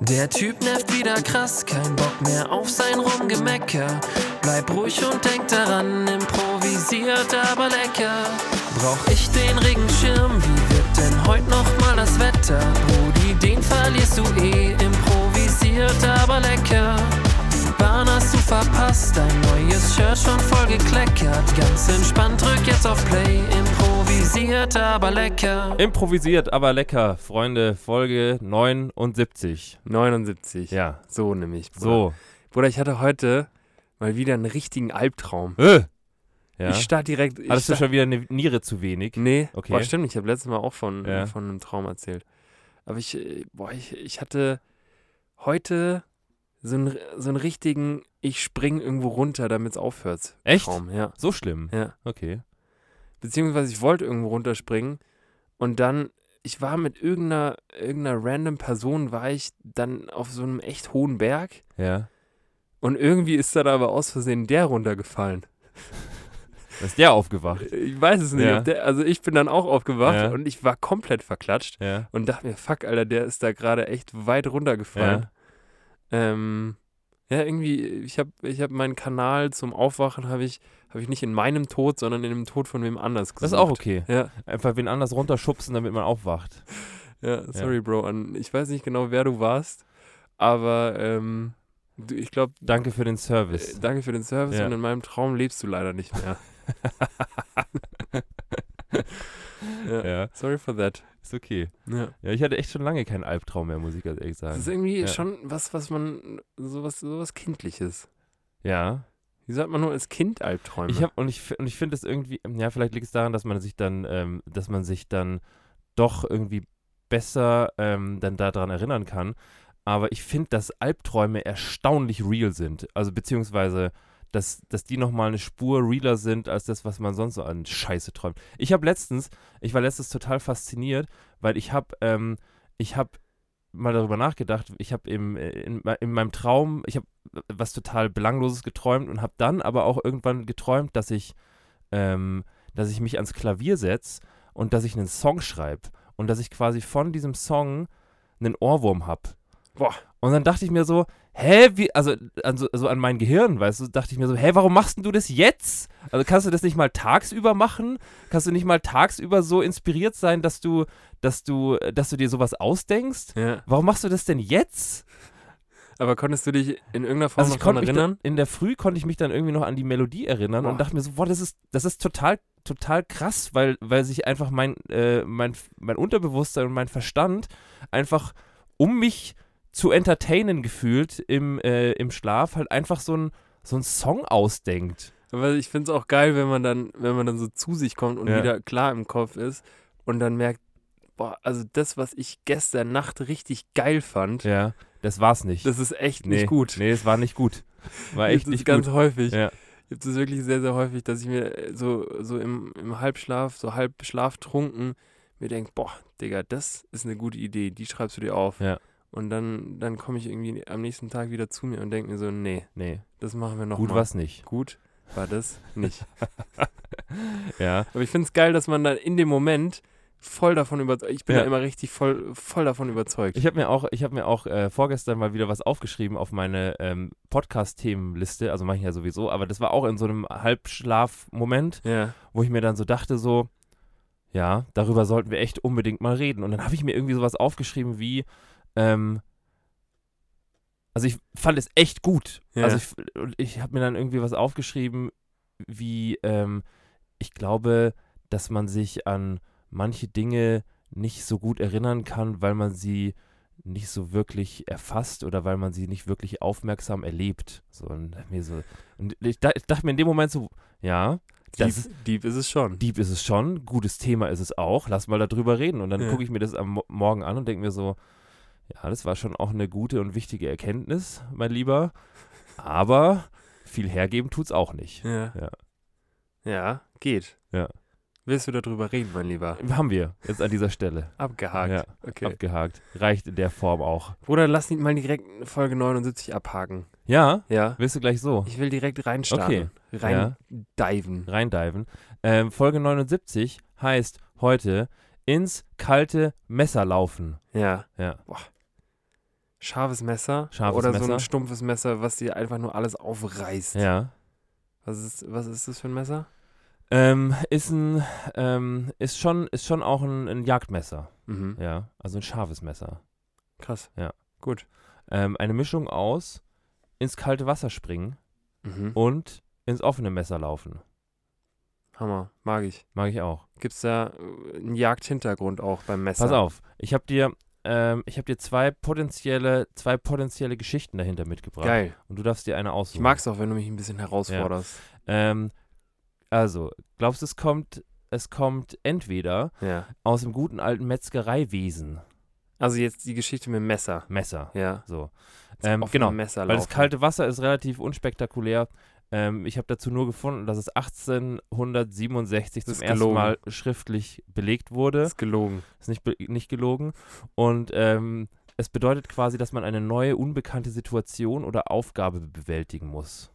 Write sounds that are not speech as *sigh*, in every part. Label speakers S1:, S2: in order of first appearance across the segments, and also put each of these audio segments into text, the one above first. S1: Der Typ nervt wieder krass, kein Bock mehr auf sein Rumgemecker. Bleib ruhig und denk daran, improvisiert aber lecker. Brauch ich den Regenschirm, wie wird denn heute nochmal das Wetter? Brudi, den verlierst du eh, improvisiert aber lecker. Die Bahn hast du verpasst, dein neues Shirt schon voll gekleckert. Ganz entspannt, drück jetzt auf Play, improvisiert aber lecker.
S2: Improvisiert, aber lecker, Freunde, Folge 79.
S3: 79.
S2: Ja,
S3: So nämlich. Bruder.
S2: so.
S3: Bruder, ich hatte heute mal wieder einen richtigen Albtraum.
S2: Äh. Ja.
S3: Ich starte direkt. Ich
S2: Hattest du
S3: starte-
S2: schon wieder eine Niere zu wenig?
S3: Nee,
S2: Okay.
S3: boah, stimmt. Ich habe letztes Mal auch von,
S2: Ja.
S3: von einem Traum erzählt. Aber ich, äh, boah, ich, ich hatte heute so einen, so einen richtigen, ich spring irgendwo runter, damit es aufhört.
S2: Echt?
S3: Traum, ja.
S2: So schlimm?
S3: Ja.
S2: Okay.
S3: beziehungsweise ich wollte irgendwo runterspringen und dann, ich war mit irgendeiner, irgendeiner random Person, war ich dann auf so einem echt hohen Berg
S2: Ja.
S3: und irgendwie ist dann aber aus Versehen der runtergefallen.
S2: Ist der aufgewacht?
S3: Ich weiß es nicht,
S2: Ja.
S3: ob der, also ich bin dann auch aufgewacht
S2: Ja.
S3: und ich war komplett verklatscht
S2: Ja.
S3: und dachte mir, fuck, Alter, der ist da gerade echt weit runtergefallen.
S2: Ja.
S3: Ähm, ja, irgendwie, ich habe ich hab meinen Kanal zum Aufwachen, habe ich, hab ich nicht in meinem Tod, sondern in dem Tod von wem anders gesucht.
S2: Das ist auch okay.
S3: Ja.
S2: Einfach wen anders runterschubsen, damit man aufwacht.
S3: Ja, sorry, Bro. An, ich weiß nicht genau, wer du warst, aber ähm, du, ich glaube,
S2: Danke für den
S3: äh,
S2: Service.
S3: danke für den Service
S2: Ja.
S3: und in meinem Traum lebst du leider nicht
S2: *laughs*
S3: mehr. Äh, ja.
S2: ja,
S3: Sorry for that.
S2: ist okay.
S3: Ja.
S2: Ja, ich hatte echt schon lange keinen Albtraum mehr, muss ich ganz ehrlich
S3: Das
S2: sagen.
S3: ist irgendwie
S2: Ja.
S3: schon was, was man, sowas, sowas Kindliches.
S2: Ja.
S3: Wieso hat man nur als Kind Albträume?
S2: Ich habe und ich f- und ich finde es irgendwie, ja, vielleicht liegt es daran, dass man sich dann, ähm, dass man sich dann doch irgendwie besser ähm, dann daran erinnern kann. Aber ich finde, dass Albträume erstaunlich real sind. Also beziehungsweise, dass, dass die nochmal eine Spur realer sind als das, was man sonst so an Scheiße träumt. Ich habe letztens, ich war letztens total fasziniert, weil ich habe, ähm, ich habe mal darüber nachgedacht, ich habe im, äh, in, me- in meinem Traum, ich habe was total Belangloses geträumt und habe dann aber auch irgendwann geträumt, dass ich, ähm, dass ich mich ans Klavier setze und dass ich einen Song schreibe und dass ich quasi von diesem Song einen Ohrwurm habe.
S3: Boah.
S2: Und dann dachte ich mir so, hä, wie, also an, so, so an mein Gehirn, weißt du, dachte ich mir so, hä, warum machst denn du das jetzt? Also kannst du das nicht mal tagsüber machen? Kannst du nicht mal tagsüber so inspiriert sein, dass du, dass du, dass du dir sowas ausdenkst?
S3: ja.
S2: Warum machst du das denn jetzt?
S3: Aber konntest du dich in irgendeiner Form
S2: Also ich
S3: noch dran
S2: konnte mich
S3: erinnern?
S2: dann, in der Früh konnte ich mich dann irgendwie noch an die Melodie erinnern
S3: Boah.
S2: und dachte mir so, boah, das ist, das ist total, total krass, weil, weil sich einfach mein, äh, mein, mein Unterbewusstsein und mein Verstand einfach um mich zu entertainen gefühlt im, äh, im Schlaf halt einfach so ein, so ein Song ausdenkt.
S3: Aber ich finde es auch geil, wenn man dann, wenn man dann so zu sich kommt und
S2: Ja.
S3: wieder klar im Kopf ist und dann merkt, boah, also das, was ich gestern Nacht richtig geil fand,
S2: Ja, das war's nicht.
S3: das ist echt
S2: nee,
S3: nicht gut.
S2: Nee, es war nicht gut. War
S3: Ich
S2: echt
S3: hab das
S2: nicht
S3: ganz
S2: gut.
S3: häufig.
S2: Ja.
S3: Ich habe das wirklich sehr, sehr häufig, dass ich mir äh, so, so im, im Halbschlaf, so halb schlaftrunken, mir denke, boah, Digga, das ist eine gute Idee, die schreibst du dir auf.
S2: Ja.
S3: Und dann, dann komme ich irgendwie am nächsten Tag wieder zu mir und denke mir so, nee,
S2: Nee,
S3: das machen wir nochmal.
S2: gut war's nicht.
S3: Gut war das nicht.
S2: Ja,
S3: Aber ich finde es geil, dass man dann in dem Moment voll davon überzeugt. Ich bin
S2: Ja.
S3: da immer richtig voll, voll davon überzeugt.
S2: Ich habe mir auch, ich habe mir auch äh, vorgestern mal wieder was aufgeschrieben auf meine ähm, Podcast-Themenliste, also mache ich ja sowieso, aber das war auch in so einem Halbschlaf-Moment,
S3: ja.
S2: wo ich mir dann so dachte, so, ja, darüber sollten wir echt unbedingt mal reden. Und dann habe ich mir irgendwie sowas aufgeschrieben wie, ähm, also ich fand es echt gut.
S3: Ja.
S2: Also ich, und ich habe mir dann irgendwie was aufgeschrieben, wie, ähm, ich glaube, dass man sich an manche Dinge nicht so gut erinnern kann, weil man sie nicht so wirklich erfasst oder weil man sie nicht wirklich aufmerksam erlebt. So, und mir so, und ich, da, ich dachte mir in dem Moment so, ja, das ist,
S3: deep, deep ist es schon.
S2: deep ist es schon, gutes Thema ist es auch, lass mal darüber reden. Und dann
S3: Ja.
S2: gucke ich mir das am Mo- Morgen an und denke mir so, ja, das war schon auch eine gute und wichtige Erkenntnis, mein Lieber, aber viel hergeben tut's auch nicht.
S3: Ja.
S2: Ja.
S3: Ja, geht.
S2: Ja.
S3: Willst du darüber reden, mein Lieber?
S2: Haben wir jetzt an dieser Stelle.
S3: Abgehakt.
S2: Ja,
S3: okay.
S2: Abgehakt. Reicht in der Form auch.
S3: Bruder, lass ihn mal direkt Folge 79 abhaken.
S2: Ja,
S3: Ja.
S2: willst du gleich so
S3: Ich will direkt reinstarten. Rein diven.
S2: reindiven? Ähm, Folge 79 heißt heute ins kalte Messer laufen.
S3: Ja.
S2: Ja.
S3: Boah. Scharfes Messer.
S2: Scharfes
S3: oder so ein
S2: Messer.
S3: stumpfes Messer, was dir einfach nur alles aufreißt.
S2: Ja.
S3: Was, ist, was ist das für ein Messer?
S2: Ähm, ist ein, ähm, ist schon, ist schon auch ein, ein Jagdmesser.
S3: Mhm.
S2: Ja. Also ein scharfes Messer.
S3: Krass.
S2: Ähm, eine Mischung aus ins kalte Wasser springen
S3: Mhm.
S2: und ins offene Messer laufen.
S3: Hammer. Mag ich.
S2: Mag ich auch.
S3: Gibt es da äh, einen Jagdhintergrund auch beim Messer?
S2: Pass auf, ich habe dir, ähm, ich habe dir zwei potenzielle, zwei potenzielle Geschichten dahinter mitgebracht.
S3: Geil.
S2: Und du darfst dir eine
S3: Ich
S2: aussuchen.
S3: mag's auch, wenn du mich ein bisschen herausforderst.
S2: Ähm, also, glaubst du, es kommt, es kommt entweder
S3: Ja.
S2: aus dem guten alten Metzgereiwesen,
S3: Also jetzt die Geschichte mit dem Messer.
S2: Messer,
S3: Ja.
S2: so.
S3: Das
S2: Ähm,
S3: offene
S2: genau,
S3: Messer
S2: weil das
S3: laufen.
S2: kalte Wasser ist relativ unspektakulär. Ähm, ich habe dazu nur gefunden, dass es 1867
S3: Das
S2: zum
S3: ist
S2: ersten
S3: gelogen.
S2: Mal schriftlich belegt wurde.
S3: ist gelogen.
S2: Ist nicht, be- nicht gelogen. Und ähm, es bedeutet quasi, dass man eine neue, unbekannte Situation oder Aufgabe bewältigen muss.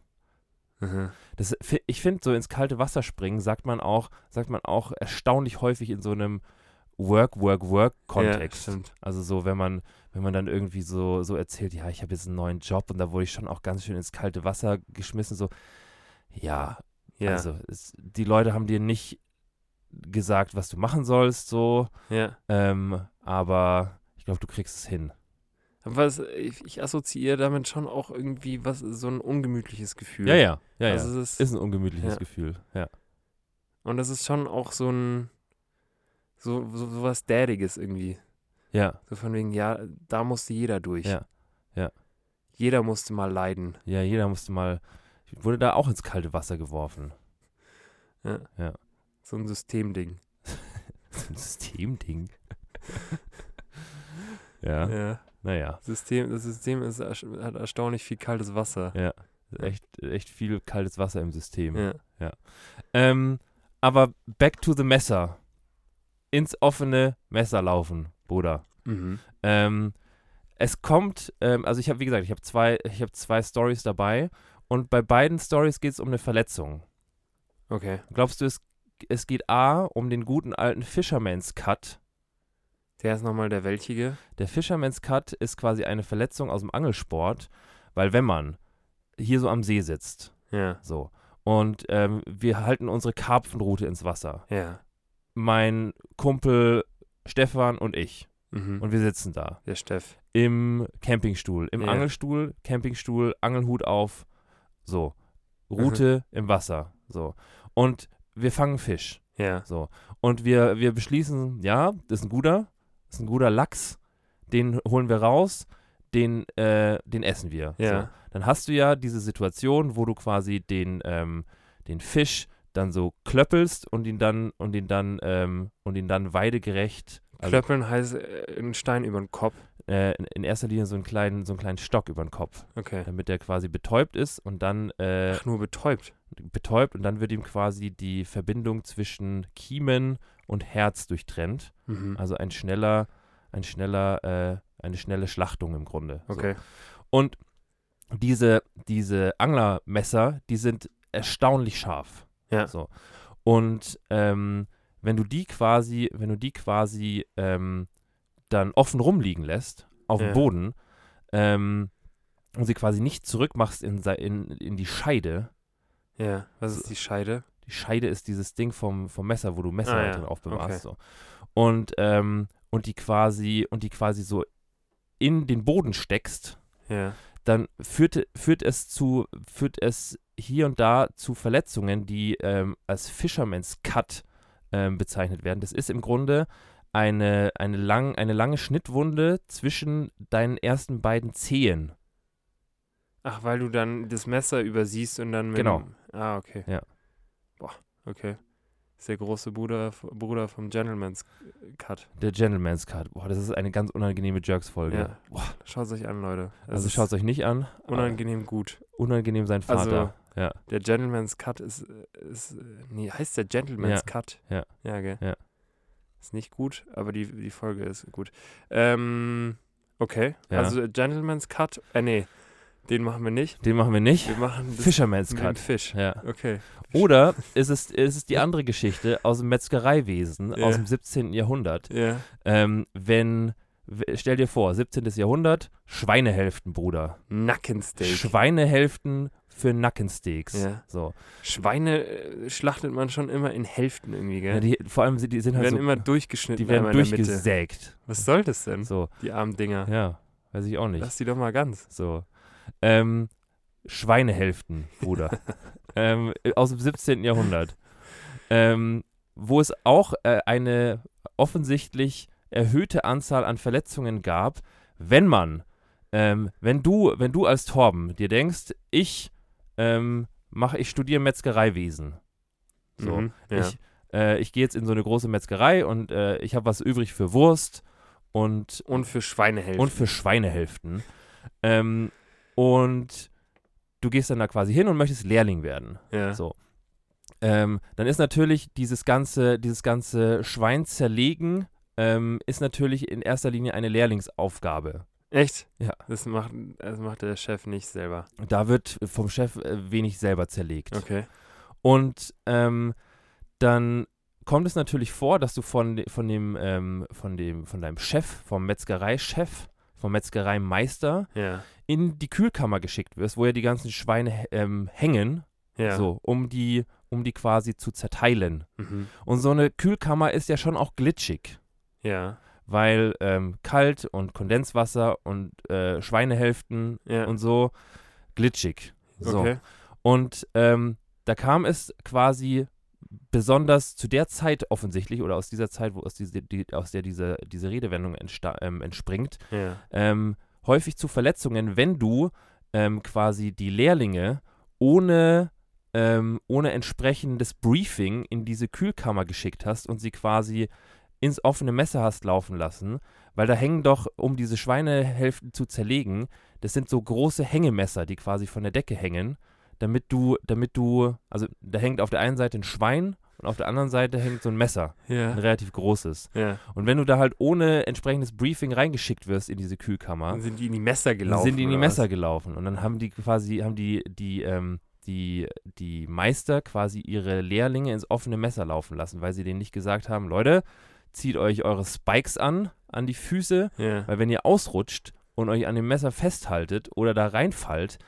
S3: Mhm.
S2: Das, fi- ich finde, so ins kalte Wasser springen sagt man auch, sagt man auch erstaunlich häufig in so einem Work, Work, Work-Kontext.
S3: Ja, stimmt.
S2: also so, wenn man, wenn man dann irgendwie so, so erzählt, ja, ich habe jetzt einen neuen Job und da wurde ich schon auch ganz schön ins kalte Wasser geschmissen, so, ja,
S3: Ja.
S2: also es, die Leute haben dir nicht gesagt, was du machen sollst, so,
S3: ja.
S2: ähm, aber ich glaube, du kriegst es hin.
S3: Aber es, ich, ich assoziiere damit schon auch irgendwie was so ein ungemütliches Gefühl.
S2: ja. ja, ja.
S3: Also es ist,
S2: ist ein ungemütliches
S3: Ja.
S2: Gefühl. Ja.
S3: und das ist schon auch so ein so, so, so was Daddiges irgendwie.
S2: ja,
S3: So von wegen, ja, da musste jeder durch.
S2: Ja. Ja.
S3: Jeder musste mal leiden.
S2: ja, jeder musste mal, wurde da auch ins kalte Wasser geworfen.
S3: So ein Systemding.
S2: So ein *laughs* Systemding. ja,
S3: Ja.
S2: naja,
S3: System, das System ist, ersta- hat erstaunlich viel kaltes Wasser.
S2: echt, echt viel kaltes Wasser im System.
S3: Ja.
S2: Ähm, aber back to the Messer. Ins offene Messer laufen, Bruder.
S3: Mhm.
S2: Ähm, es kommt, ähm, also ich habe, wie gesagt, ich habe zwei, ich habe zwei Stories dabei und bei beiden Stories geht es um eine Verletzung.
S3: Okay.
S2: Glaubst du, es, es geht A um den guten alten Fisherman's Cut?
S3: Der ist nochmal der welchige.
S2: Der Fisherman's Cut ist quasi eine Verletzung aus dem Angelsport, weil wenn man hier so am See sitzt,
S3: Ja.
S2: so, und ähm, wir halten unsere Karpfenroute ins Wasser.
S3: Ja.
S2: Mein Kumpel Stefan und ich.
S3: Mhm.
S2: Und wir sitzen da.
S3: der Steff.
S2: im Campingstuhl, im
S3: Ja.
S2: Angelstuhl, Campingstuhl, Angelhut auf, so.
S3: Mhm.
S2: Rute im Wasser, so. Und wir fangen Fisch,
S3: Ja.
S2: so. Und wir, wir beschließen, ja, das ist ein guter, das ist ein guter Lachs, den holen wir raus, den, äh, den essen wir. So.
S3: Ja.
S2: Dann hast du ja diese Situation, wo du quasi den, ähm, den Fisch dann so klöppelst und ihn dann, und ihn dann, ähm, und ihn dann weidegerecht, also
S3: Klöppeln heißt äh, einen Stein über den Kopf.
S2: äh, in erster Linie so einen kleinen, so einen kleinen Stock über den Kopf
S3: Okay.
S2: damit er quasi betäubt ist und dann äh,
S3: Ach, nur betäubt.
S2: betäubt und dann wird ihm quasi die Verbindung zwischen Kiemen und Herz durchtrennt.
S3: Mhm.
S2: Also ein schneller, ein schneller, äh, eine schnelle Schlachtung im Grunde.
S3: Okay.
S2: So. Und diese, diese Anglermesser, die sind erstaunlich scharf.
S3: Ja.
S2: So. Und ähm, wenn du die quasi, wenn du die quasi ähm, dann offen rumliegen lässt, auf
S3: Ja.
S2: dem Boden, ähm, und sie quasi nicht zurückmachst in, sei- in, in die Scheide,
S3: Ja. Was ist die Scheide?
S2: die Scheide ist dieses Ding vom, vom Messer, wo du Messer halt
S3: Ah, ja.
S2: drin aufbewahrst. So. Und, ähm, und die quasi, und die quasi so in den Boden steckst,
S3: Ja.
S2: dann führt, führt es zu, führt es hier und da zu Verletzungen, die ähm, als Fisherman's Cut ähm, bezeichnet werden. Das ist im Grunde eine, eine, lang, eine lange Schnittwunde zwischen deinen ersten beiden Zehen.
S3: Ach, weil du dann das Messer übersiehst und dann mit.
S2: Genau.
S3: dem- Ah, okay.
S2: Ja.
S3: Boah, okay. Ist der große Bruder, Bruder vom Gentleman's Cut.
S2: Der Gentleman's Cut. Boah, das ist eine ganz unangenehme Jerks-Folge.
S3: Ja.
S2: Boah,
S3: Schaut es euch an, Leute. Es
S2: also
S3: ist
S2: schaut es euch nicht an. aber
S3: Unangenehm gut.
S2: Unangenehm sein
S3: Also,
S2: Vater. Ja.
S3: Der Gentleman's Cut ist, ist nee, heißt der Gentleman's
S2: Ja,
S3: Cut?
S2: ja.
S3: Ja, gell?
S2: Ja.
S3: Ist nicht gut, aber die, die Folge ist gut. Ähm, okay,
S2: Ja.
S3: also äh, Gentleman's Cut, äh, nee, den machen wir nicht.
S2: Den machen wir nicht.
S3: Wir machen das
S2: Fisherman's
S3: mit dem
S2: Cut.
S3: Fisch.
S2: Ja.
S3: Okay.
S2: Oder ist es, ist es die andere Geschichte aus dem Metzgereiwesen
S3: Ja.
S2: aus dem 17. Jahrhundert?
S3: Ja.
S2: Ähm, wenn, w- stell dir vor, 17. Jahrhundert, Schweinehälften, Bruder.
S3: Nackensteak.
S2: Schweinehälften für Nackensteaks.
S3: Ja.
S2: So.
S3: Schweine äh, schlachtet man schon immer in Hälften irgendwie, gell?
S2: Ja, die, vor allem, sie- die sind
S3: Die
S2: halt
S3: werden
S2: so,
S3: immer durchgeschnitten.
S2: die werden
S3: einmal in der Mitte. Hm?
S2: durchgesägt.
S3: Was soll das denn?
S2: So,
S3: Die armen Dinger.
S2: ja, weiß ich auch nicht.
S3: Lass die doch mal ganz.
S2: So. Ähm, Schweinehälften,
S3: *laughs*
S2: Bruder. ähm, aus dem 17. Jahrhundert. Ähm, wo es auch äh, eine offensichtlich erhöhte Anzahl an Verletzungen gab, wenn man, ähm, wenn du, wenn du als Torben dir denkst, ich ähm, mache, ich studiere Metzgereiwesen. So.
S3: Mhm, ja.
S2: Ich, äh, ich gehe jetzt in so eine große Metzgerei und äh, ich habe was übrig für Wurst und
S3: und für Schweinehälften.
S2: und für Schweinehälften. Ähm, und du gehst dann da quasi hin und möchtest Lehrling werden.
S3: ja.
S2: So. Ähm, dann ist natürlich dieses ganze, dieses ganze Schwein zerlegen, ähm, ist natürlich in erster Linie eine Lehrlingsaufgabe.
S3: Echt?
S2: Ja.
S3: Das macht, das macht der Chef nicht selber.
S2: Da wird vom Chef äh, wenig selber zerlegt.
S3: Okay.
S2: Und ähm, dann kommt es natürlich vor, dass du von, de- von, dem, ähm, von, dem, von deinem Chef, vom Metzgereichef, vom Metzgereimeister,
S3: Ja.
S2: in die Kühlkammer geschickt wirst, wo ja die ganzen Schweine ähm, hängen,
S3: Ja.
S2: so, um die, um die quasi zu zerteilen.
S3: Mhm.
S2: Und so eine Kühlkammer ist ja schon auch glitschig,
S3: Ja.
S2: weil ähm, kalt und Kondenswasser und äh, Schweinehälften
S3: Ja.
S2: und so glitschig. So.
S3: Okay.
S2: Und ähm, da kam es quasi besonders zu der Zeit offensichtlich oder aus dieser Zeit, wo aus, diese, die, aus der diese, diese Redewendung entsta- ähm, entspringt,
S3: Ja.
S2: ähm, häufig zu Verletzungen, wenn du ähm, quasi die Lehrlinge ohne, ähm, ohne entsprechendes Briefing in diese Kühlkammer geschickt hast und sie quasi ins offene Messer hast laufen lassen, weil da hängen doch, um diese Schweinehälften zu zerlegen, das sind so große Hängemesser, die quasi von der Decke hängen, damit du, damit du, also da hängt auf der einen Seite ein Schwein und auf der anderen Seite hängt so ein Messer, ein
S3: Ja.
S2: relativ großes.
S3: Ja.
S2: Und wenn du da halt ohne entsprechendes Briefing reingeschickt wirst in diese Kühlkammer,
S3: Dann sind die in die Messer
S2: dann
S3: gelaufen.
S2: sind die in die
S3: oder
S2: Messer
S3: was?
S2: gelaufen. Und dann haben die quasi, haben die, die, ähm, die, die Meister quasi ihre Lehrlinge ins offene Messer laufen lassen, weil sie denen nicht gesagt haben, Leute, zieht euch eure Spikes an, an die Füße,
S3: Ja.
S2: weil wenn ihr ausrutscht und euch an dem Messer festhaltet oder da reinfallt,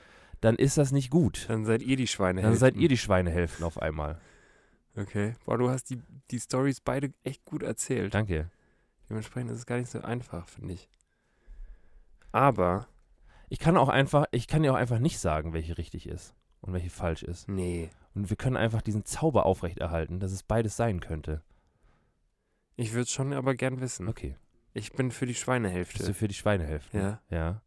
S2: dann ist das nicht gut.
S3: Dann seid ihr die Schweine.
S2: Dann seid ihr die Schweinehälften auf einmal.
S3: Okay. Boah, du hast die, die Stories beide echt gut erzählt.
S2: Danke.
S3: Dementsprechend ist es gar nicht so einfach, finde ich. Aber,
S2: Ich kann auch einfach, ich kann dir auch einfach nicht sagen, welche richtig ist und welche falsch ist.
S3: nee.
S2: Und wir können einfach diesen Zauber aufrechterhalten, dass es beides sein könnte.
S3: Ich würde es schon aber gern wissen.
S2: Okay.
S3: Ich bin für die
S2: Bist du
S3: Schweinehälfte.
S2: für die Schweinehälften?
S3: Ja.
S2: Ja.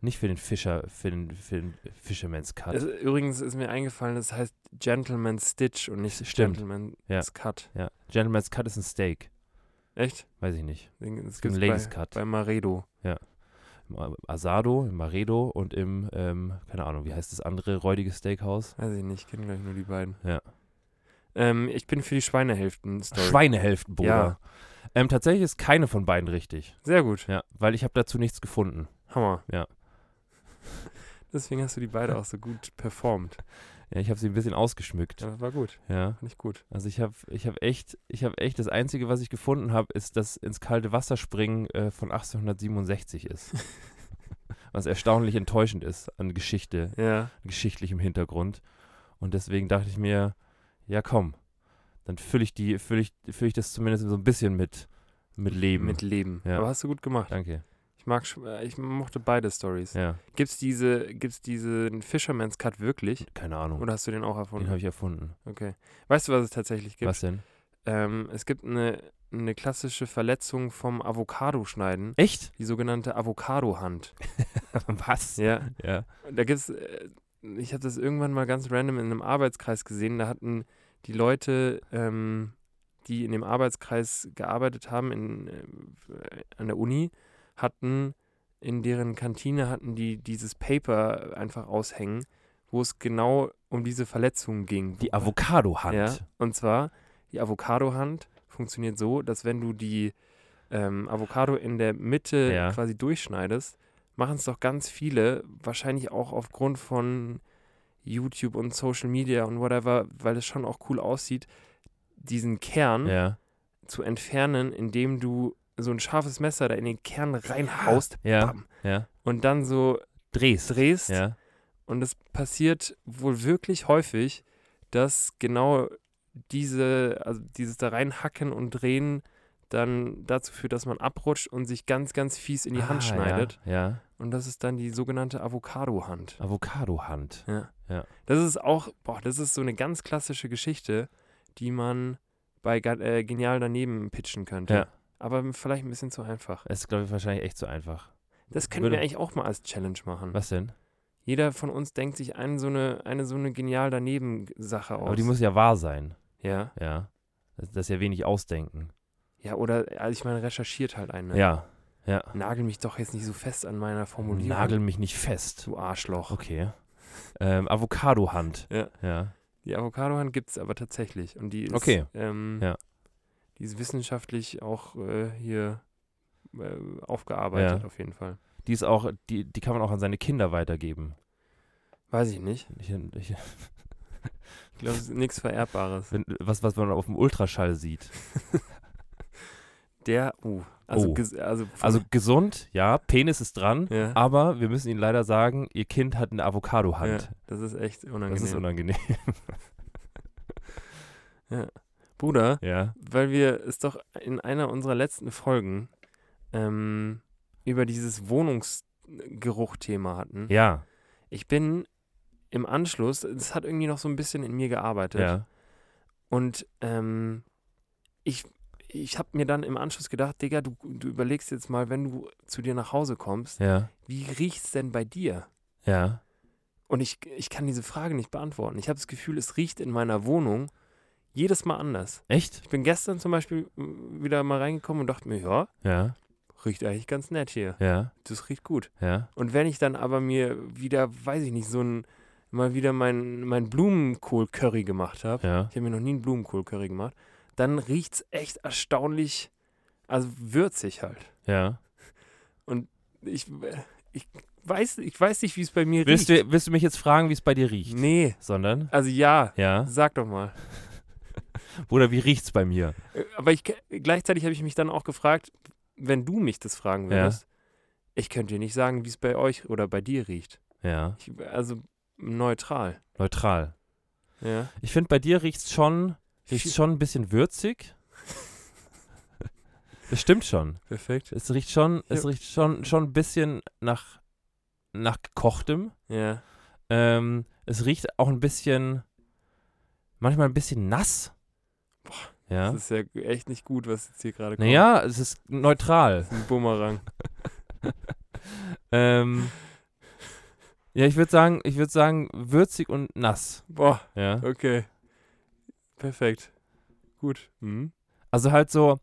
S2: Nicht für den Fischer, für den, für den Fisherman's Cut.
S3: Es, übrigens ist mir eingefallen, das heißt Gentleman's Stitch und nicht
S2: Stimmt.
S3: Gentleman's
S2: Ja.
S3: Cut.
S2: ja. Gentleman's Cut ist ein Steak.
S3: Echt?
S2: Weiß ich nicht.
S3: Den- Das
S2: gibt
S3: gibt's
S2: einen Ladies
S3: bei,
S2: Cut.
S3: bei Maredo.
S2: Im Asado, im Maredo und im, ähm, keine Ahnung, wie heißt das andere räudige Steakhouse?
S3: Weiß ich nicht, ich kenne gleich nur die beiden.
S2: Ja.
S3: Ähm, ich bin für die Schweinehälften-Story.
S2: Schweinehälften, Bruder.
S3: Ja.
S2: Ähm, tatsächlich ist keine von beiden richtig.
S3: Sehr gut.
S2: Ja, weil ich habe dazu nichts gefunden.
S3: Hammer.
S2: Ja.
S3: *laughs* Deswegen hast du die beide auch so gut performt.
S2: Ja, ich habe sie ein bisschen ausgeschmückt.
S3: Ja, war gut.
S2: ja.
S3: Fand ich gut.
S2: Also ich habe ich hab echt, ich habe echt, das Einzige, was ich gefunden habe, ist, dass ins kalte Wasser springen äh, von 1867
S3: *laughs*
S2: ist. was erstaunlich enttäuschend ist an Geschichte,
S3: Ja.
S2: geschichtlichem Hintergrund. Und deswegen dachte ich mir, ja komm, dann fülle ich die, fülle ich, fülle ich das zumindest so ein bisschen mit, mit Leben.
S3: Mit Leben.
S2: Ja.
S3: Aber hast du gut gemacht.
S2: Danke.
S3: Ich mag, Sch- äh, ich mochte beide Stories.
S2: Ja,
S3: Gibt's diese, gibt's diesen Fisherman's Cut wirklich?
S2: keine Ahnung.
S3: Oder hast du den auch
S2: Den
S3: erfunden?
S2: habe ich erfunden.
S3: Weißt du, was es tatsächlich gibt?
S2: Was denn?
S3: Ähm, es gibt eine, eine klassische Verletzung vom Avocado-Schneiden, *laughs*
S2: Echt?
S3: die sogenannte Avocado-Hand.
S2: was?
S3: Ja,
S2: Ja.
S3: und *laughs* da gibt's, äh, ich habe das irgendwann mal ganz random in einem Arbeitskreis gesehen, da hatten die Leute, ähm, die in dem Arbeitskreis gearbeitet haben in, äh, an der Uni, hatten in deren Kantine hatten die dieses Paper einfach aushängen, wo es genau um diese Verletzung ging.
S2: Die Avocado-Hand.
S3: Ja, und zwar, die Avocado-Hand funktioniert so, dass wenn du die ähm, Avocado in der Mitte
S2: Ja.
S3: quasi durchschneidest, machen es doch ganz viele, wahrscheinlich auch aufgrund von YouTube und Social Media und whatever, weil es schon auch cool aussieht, diesen Kern
S2: Ja.
S3: zu entfernen, indem du so ein scharfes Messer da in den Kern reinhaust
S2: Ja.
S3: bam,
S2: ja.
S3: und dann so
S2: Drehst.
S3: drehst.
S2: Ja.
S3: Und es passiert wohl wirklich häufig, dass genau diese, also dieses da reinhacken und drehen dann dazu führt, dass man abrutscht und sich ganz, ganz fies in die Hand
S2: Ah,
S3: schneidet.
S2: Ja. ja.
S3: Und das ist dann die sogenannte Avocado-Hand.
S2: Avocado-Hand.
S3: Ja.
S2: Ja.
S3: Das ist auch, boah, das ist so eine ganz klassische Geschichte, die man bei Ga- äh, Genial daneben pitchen könnte.
S2: Ja.
S3: Aber vielleicht ein bisschen zu einfach.
S2: Das ist, glaube ich, wahrscheinlich echt zu einfach.
S3: Das könnten
S2: Würde-
S3: wir eigentlich auch mal als Challenge machen.
S2: Was denn?
S3: Jeder von uns denkt sich eine so eine, eine, so eine genial daneben Sache aus.
S2: Aber die muss ja wahr sein.
S3: ja.
S2: Ja. Das das ist ja wenig ausdenken.
S3: Ja, oder, also ich meine, recherchiert halt einen. ne?
S2: Ja. Ja.
S3: Nagel mich doch jetzt nicht so fest an meiner Formulierung.
S2: Nagel mich nicht fest.
S3: Du Arschloch.
S2: Okay. Ähm, Avocado-Hand.
S3: Ja.
S2: Ja.
S3: Die Avocado-Hand gibt es aber tatsächlich. Und die ist,
S2: Okay.
S3: ähm,
S2: Ja.
S3: die ist wissenschaftlich auch äh, hier äh, aufgearbeitet,
S2: Ja.
S3: auf jeden Fall.
S2: Die ist auch, die, die kann man auch an seine Kinder weitergeben.
S3: Weiß ich nicht.
S2: Ich, ich,
S3: Ich glaube, es ist nichts Vererbbares.
S2: wenn, was, was man auf dem Ultraschall sieht.
S3: Der, uh, also,
S2: Oh.
S3: ges- also, *laughs*
S2: Also ah. gesund, ja, Penis ist dran,
S3: ja,
S2: aber wir müssen Ihnen leider sagen, Ihr Kind hat eine
S3: ja,
S2: Avocado-Hand.
S3: das ist echt unangenehm.
S2: das ist unangenehm. *laughs*
S3: Bruder,
S2: Ja.
S3: weil wir es doch in einer unserer letzten Folgen ähm, über dieses Wohnungsgeruch-Thema hatten.
S2: Ja.
S3: Ich bin im Anschluss, es hat irgendwie noch so ein bisschen in mir gearbeitet.
S2: Ja.
S3: Und ähm, ich, ich habe mir dann im Anschluss gedacht, Digga, du, du überlegst jetzt mal, wenn du zu dir nach Hause kommst,
S2: Ja.
S3: wie riecht's denn bei dir?
S2: Ja.
S3: Und ich, ich kann diese Frage nicht beantworten. Ich habe das Gefühl, es riecht in meiner Wohnung jedes Mal anders.
S2: Echt?
S3: Ich bin gestern zum Beispiel mm, wieder mal reingekommen und dachte mir, ja,
S2: Ja.
S3: riecht eigentlich ganz nett hier.
S2: Ja.
S3: Das riecht gut.
S2: Ja.
S3: Und wenn ich dann aber mir wieder, weiß ich nicht, so ein, mal wieder mein, mein Blumenkohl-Curry gemacht habe,
S2: Ja.
S3: ich habe mir noch nie einen Blumenkohl-Curry gemacht, dann riecht es echt erstaunlich, also würzig halt.
S2: Ja.
S3: Ich, ich, weiß, ich weiß nicht, wie es bei mir
S2: Willst
S3: riecht.
S2: du, willst du mich jetzt fragen, wie es bei dir riecht?
S3: Nee,
S2: Sondern?
S3: also ja,
S2: Ja.
S3: sag doch mal.
S2: Bruder, wie riecht's bei mir?
S3: Äh, Aber ich, gleichzeitig habe ich mich dann auch gefragt, wenn du mich das fragen
S2: Ja.
S3: würdest, ich könnte dir nicht sagen, wie es bei euch oder bei dir riecht.
S2: Ja.
S3: Ich, also neutral.
S2: Neutral.
S3: Ja.
S2: Ich finde, bei dir riecht's schon,
S3: Viel-
S2: riecht's schon ein bisschen würzig. Das stimmt schon.
S3: Perfekt.
S2: Es riecht schon, es
S3: Ja.
S2: riecht schon, schon ein bisschen nach, nach gekochtem.
S3: Ja.
S2: Ähm, es riecht auch ein bisschen, manchmal ein bisschen nass.
S3: Das
S2: Ja.
S3: ist ja echt nicht gut, was jetzt hier gerade kommt.
S2: Naja, es ist neutral.
S3: Das ist ein Bumerang.
S2: Ähm, ja, ich würde sagen, ich würde sagen, würzig und nass.
S3: Boah,
S2: Ja.
S3: okay. Perfekt. Gut. Mhm.
S2: Also halt so,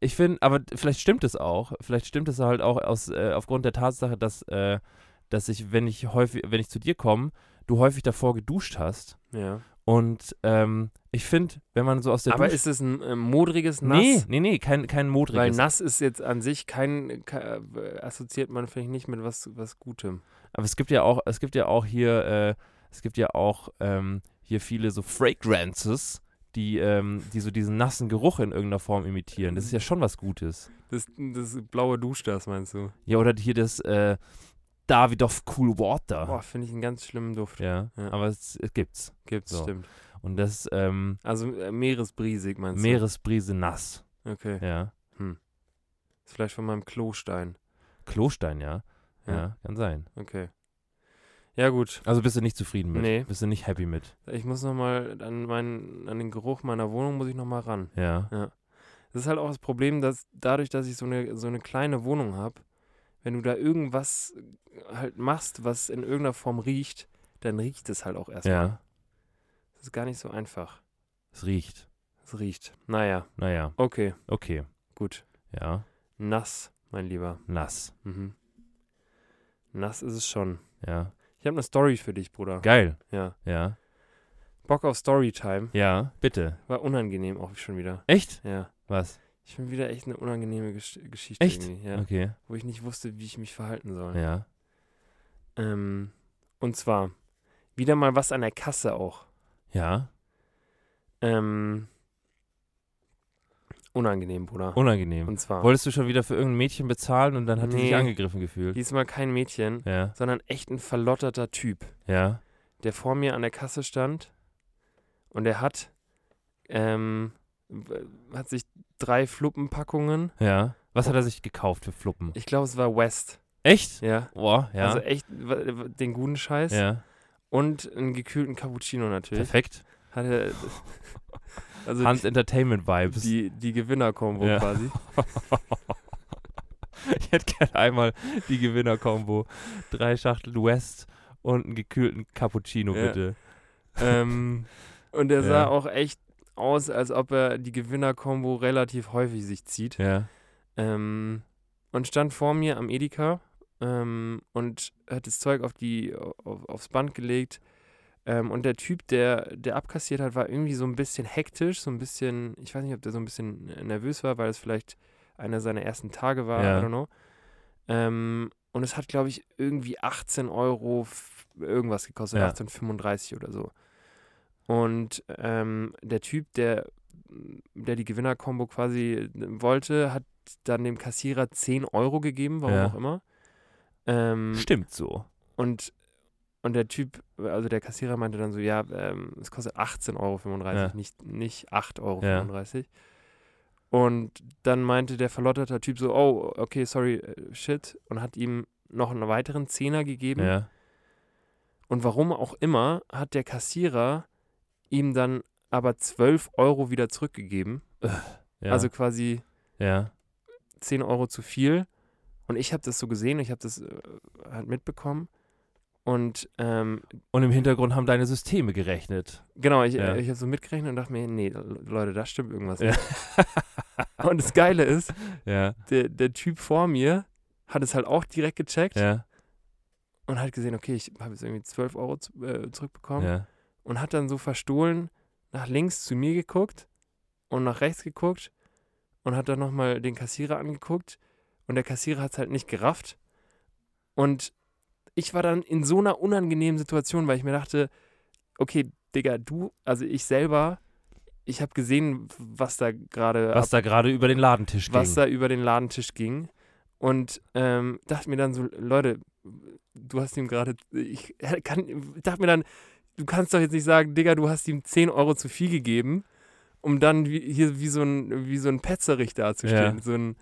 S2: ich finde, aber vielleicht stimmt es auch. Vielleicht stimmt es halt auch aus, äh, aufgrund der Tatsache, dass, äh, dass ich, wenn ich häufig, wenn ich zu dir komme, du häufig davor geduscht hast.
S3: Ja.
S2: Und ähm, ich finde, wenn man so aus der
S3: Aber
S2: Dusche.
S3: ist es ein äh, modriges Nass?
S2: nee, nee, nee, kein, kein
S3: Weil
S2: modriges.
S3: nass ist jetzt an sich kein, kein äh, assoziiert man vielleicht nicht mit was, was Gutem.
S2: Aber es gibt ja auch, es gibt ja auch hier, äh, es gibt ja auch ähm, hier viele so Fragrances, die, ähm, die so diesen nassen Geruch in irgendeiner Form imitieren. Das ist ja schon was Gutes.
S3: Das, das blaue Dusch, das meinst du?
S2: Ja, oder hier das äh, Davidoff Cool Water.
S3: Boah, finde ich einen ganz schlimmen Duft.
S2: Ah. Ja,
S3: Ja.
S2: aber es, es gibt's.
S3: Gibt's,
S2: So.
S3: stimmt.
S2: Und das ähm,
S3: Also äh, Meeresbrisig meinst
S2: Meeresbrise nass.
S3: du? Okay.
S2: Ja.
S3: Ist vielleicht von meinem Klostein.
S2: Klostein, ja. ja.
S3: Ja.
S2: kann sein.
S3: Okay. Ja, gut.
S2: Also bist du nicht zufrieden mit?
S3: Nee.
S2: Bist du nicht happy mit?
S3: Ich muss nochmal an meinen, an den Geruch meiner Wohnung muss ich nochmal ran.
S2: Ja.
S3: Das ist halt auch das Problem, dass dadurch, dass ich so eine, so eine kleine Wohnung habe, wenn du da irgendwas halt machst, was in irgendeiner Form riecht, dann riecht es halt auch erstmal.
S2: Ja.
S3: Das ist gar nicht so einfach.
S2: Es riecht.
S3: Es riecht. Naja,
S2: Naja,
S3: okay,
S2: okay.
S3: gut.
S2: Ja.
S3: Nass, mein Lieber.
S2: Nass.
S3: Mhm. Nass ist es schon.
S2: Ja.
S3: Ich Ich habe eine Story für dich, Bruder.
S2: Geil.
S3: Ja.
S2: Ja.
S3: Bock auf Storytime.
S2: Ja, bitte.
S3: War unangenehm auch schon wieder.
S2: Echt?
S3: Ja.
S2: Was?
S3: Ich bin wieder echt eine unangenehme Gesch Geschichte
S2: Echt?
S3: irgendwie. Ja.
S2: Okay.
S3: Wo ich nicht wusste, wie ich mich verhalten soll.
S2: Ja.
S3: Ähm, und zwar wieder mal was an der Kasse auch.
S2: Ja.
S3: Ähm, unangenehm, Bruder.
S2: Unangenehm.
S3: Und zwar
S2: Wolltest du schon wieder für irgendein Mädchen bezahlen und dann hat die
S3: Nee.
S2: sich angegriffen gefühlt?
S3: diesmal kein Mädchen,
S2: Ja.
S3: sondern echt ein verlotterter Typ,
S2: Ja.
S3: der vor mir an der Kasse stand und der hat, ähm, w- hat sich drei Fluppenpackungen.
S2: Ja. Was hat er sich gekauft für Fluppen?
S3: Ich glaube, es war West.
S2: Echt?
S3: Ja.
S2: Boah, ja.
S3: Also echt w- w- den guten Scheiß.
S2: ja.
S3: Und einen gekühlten Cappuccino natürlich.
S2: Perfekt. *laughs*
S3: Hat er, also
S2: Hans Entertainment Vibes.
S3: die, die Gewinner-Kombo
S2: Ja.
S3: quasi.
S2: *laughs* ich hätte gerne einmal die Gewinner-Kombo. Drei Schachteln West und einen gekühlten Cappuccino,
S3: Ja.
S2: bitte.
S3: ähm, und er sah
S2: Ja.
S3: auch echt aus, als ob er die Gewinner-Kombo relativ häufig sich zieht.
S2: Ja.
S3: Ähm, und stand vor mir am Edeka ähm, und hat das Zeug auf die, auf, aufs Band gelegt. Ähm, und der Typ, der, der abkassiert hat, war irgendwie so ein bisschen hektisch, so ein bisschen, ich weiß nicht, ob der so ein bisschen nervös war, weil es vielleicht einer seiner ersten Tage war,
S2: Ja.
S3: I don't know. Ähm, und es hat, glaube ich, irgendwie 18 Euro f- irgendwas gekostet,
S2: Ja.
S3: 18,35 oder so. Und ähm, der Typ, der, der die Gewinner-Kombo quasi äh, wollte, hat dann dem Kassierer 10 Euro gegeben, warum
S2: Ja.
S3: auch immer. Ähm,
S2: Stimmt so.
S3: und, und der Typ, also der Kassierer meinte dann so, ja, ähm, es kostet 18,35 Euro,
S2: Ja.
S3: nicht, nicht 8,35 Euro. Und dann meinte der verlotterte Typ so, oh, okay, sorry, äh, shit. Und hat ihm noch einen weiteren Zehner gegeben.
S2: Ja.
S3: Und warum auch immer, hat der Kassierer ihm dann aber 12 Euro wieder zurückgegeben.
S2: ja.
S3: Also quasi
S2: ja.
S3: 10 Euro zu viel. Und ich habe das so gesehen, ich habe das äh, halt mitbekommen. Und ähm,
S2: Und im Hintergrund haben deine Systeme gerechnet.
S3: Genau, ich,
S2: Ja.
S3: äh, ich habe so mitgerechnet und dachte mir, nee, Le- Leute, da stimmt irgendwas
S2: Ja.
S3: nicht. Und das Geile ist,
S2: *laughs* Ja.
S3: der, der Typ vor mir hat es halt auch direkt gecheckt
S2: Ja.
S3: und hat gesehen, okay, ich habe jetzt irgendwie 12 Euro zu, äh, zurückbekommen
S2: Ja.
S3: und hat dann so verstohlen nach links zu mir geguckt und nach rechts geguckt und hat dann nochmal den Kassierer angeguckt und der Kassierer hat es halt nicht gerafft. Und ich war dann in so einer unangenehmen Situation, weil ich mir dachte, okay, Digga, du, also ich selber, ich habe gesehen, was da gerade
S2: Was da gerade über den Ladentisch
S3: was
S2: ging.
S3: da über den Ladentisch ging. Und ähm, dachte mir dann so, Leute, du hast ihm gerade, ich kann, dachte mir dann, du kannst doch jetzt nicht sagen, Digga, du hast ihm 10 Euro zu viel gegeben, um dann wie, hier wie so ein, wie so ein Petzerich dazustehen.
S2: Ja.
S3: So ein,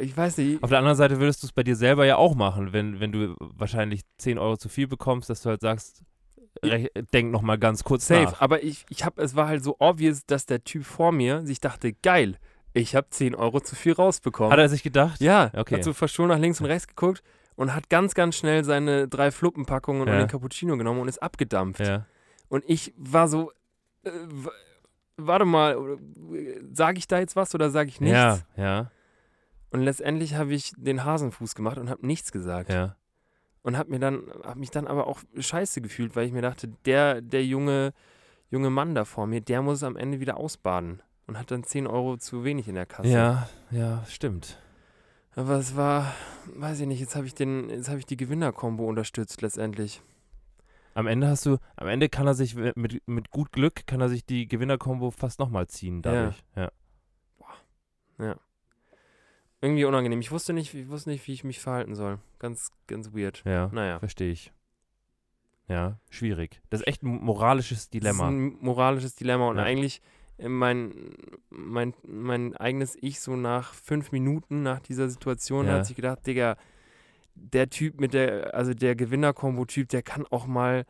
S3: ich weiß nicht,
S2: Auf der anderen Seite würdest du es bei dir selber ja auch machen, wenn, wenn du wahrscheinlich 10 Euro zu viel bekommst, dass du halt sagst, rech- denk nochmal ganz kurz
S3: safe,
S2: nach.
S3: aber ich, ich hab, es war halt so obvious, dass der Typ vor mir sich dachte, geil, ich habe 10 Euro zu viel rausbekommen.
S2: Hat er sich gedacht?
S3: Ja,
S2: Okay.
S3: hat so verschwunden nach links und rechts geguckt und hat ganz, ganz schnell seine drei Fluppenpackungen und
S2: Ja.
S3: den Cappuccino genommen und ist abgedampft.
S2: Ja.
S3: Und ich war so, äh, w- warte mal, äh, sage ich da jetzt was oder sage ich nichts?
S2: Ja. Ja.
S3: Und letztendlich habe ich den Hasenfuß gemacht und habe nichts gesagt.
S2: Ja.
S3: Und habe mir dann, habe mich dann aber auch scheiße gefühlt, weil ich mir dachte, der, der junge, junge Mann da vor mir, der muss es am Ende wieder ausbaden. Und hat dann 10 Euro zu wenig in der Kasse.
S2: Ja. Ja. Stimmt.
S3: Aber es war, weiß ich nicht, jetzt habe ich den, jetzt habe ich die Gewinner-Kombo unterstützt letztendlich.
S2: Am Ende hast du, am Ende kann er sich w- mit, mit gut Glück, kann er sich die Gewinnerkombo fast nochmal ziehen dadurch. Ja.
S3: Irgendwie unangenehm. Ich wusste nicht, ich wusste nicht, wie ich mich verhalten soll. Ganz, ganz weird.
S2: Ja.
S3: Naja.
S2: Verstehe ich. Ja. Schwierig. Das ist echt ein moralisches
S3: Das ist
S2: Dilemma.
S3: ein moralisches Dilemma und
S2: Ja.
S3: eigentlich äh, mein, mein, mein eigenes Ich so nach fünf Minuten nach dieser Situation
S2: Ja.
S3: hat sich gedacht, Digga, der Typ mit der, also der Gewinner-Kombo-Typ, der kann auch mal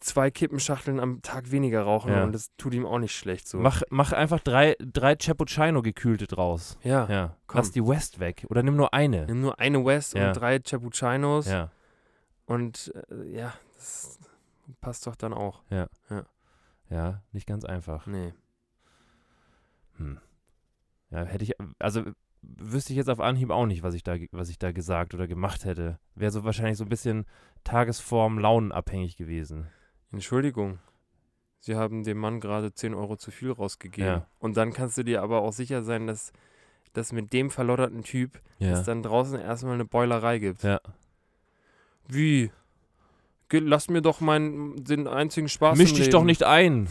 S3: zwei Kippenschachteln am Tag weniger rauchen
S2: Ja.
S3: und das tut ihm auch nicht schlecht so.
S2: Mach, mach einfach drei, drei Cappuccino gekühlte draus.
S3: ja.
S2: Ja.
S3: komm.
S2: Lass die West weg. Oder nimm nur eine.
S3: Nimm nur eine West
S2: Ja.
S3: und drei Cappuccinos
S2: Ja.
S3: und äh, ja, das passt doch dann auch.
S2: Ja. Nicht ganz einfach.
S3: Nee.
S2: Hm. Ja, hätte ich, also wüsste ich jetzt auf Anhieb auch nicht, was ich da, ge- was ich da gesagt oder gemacht hätte. Wäre so wahrscheinlich so ein bisschen Tagesform, Launenabhängig gewesen.
S3: Entschuldigung. Sie haben dem Mann gerade 10 Euro zu viel rausgegeben.
S2: Ja.
S3: Und dann kannst du dir aber auch sicher sein, dass, dass mit dem verlodderten Typ es dann draußen erstmal eine Beulerei gibt.
S2: Ja.
S3: Wie? Ge lass mir doch meinen den einzigen Spaß
S2: Misch
S3: im
S2: dich
S3: Leben.
S2: doch nicht ein.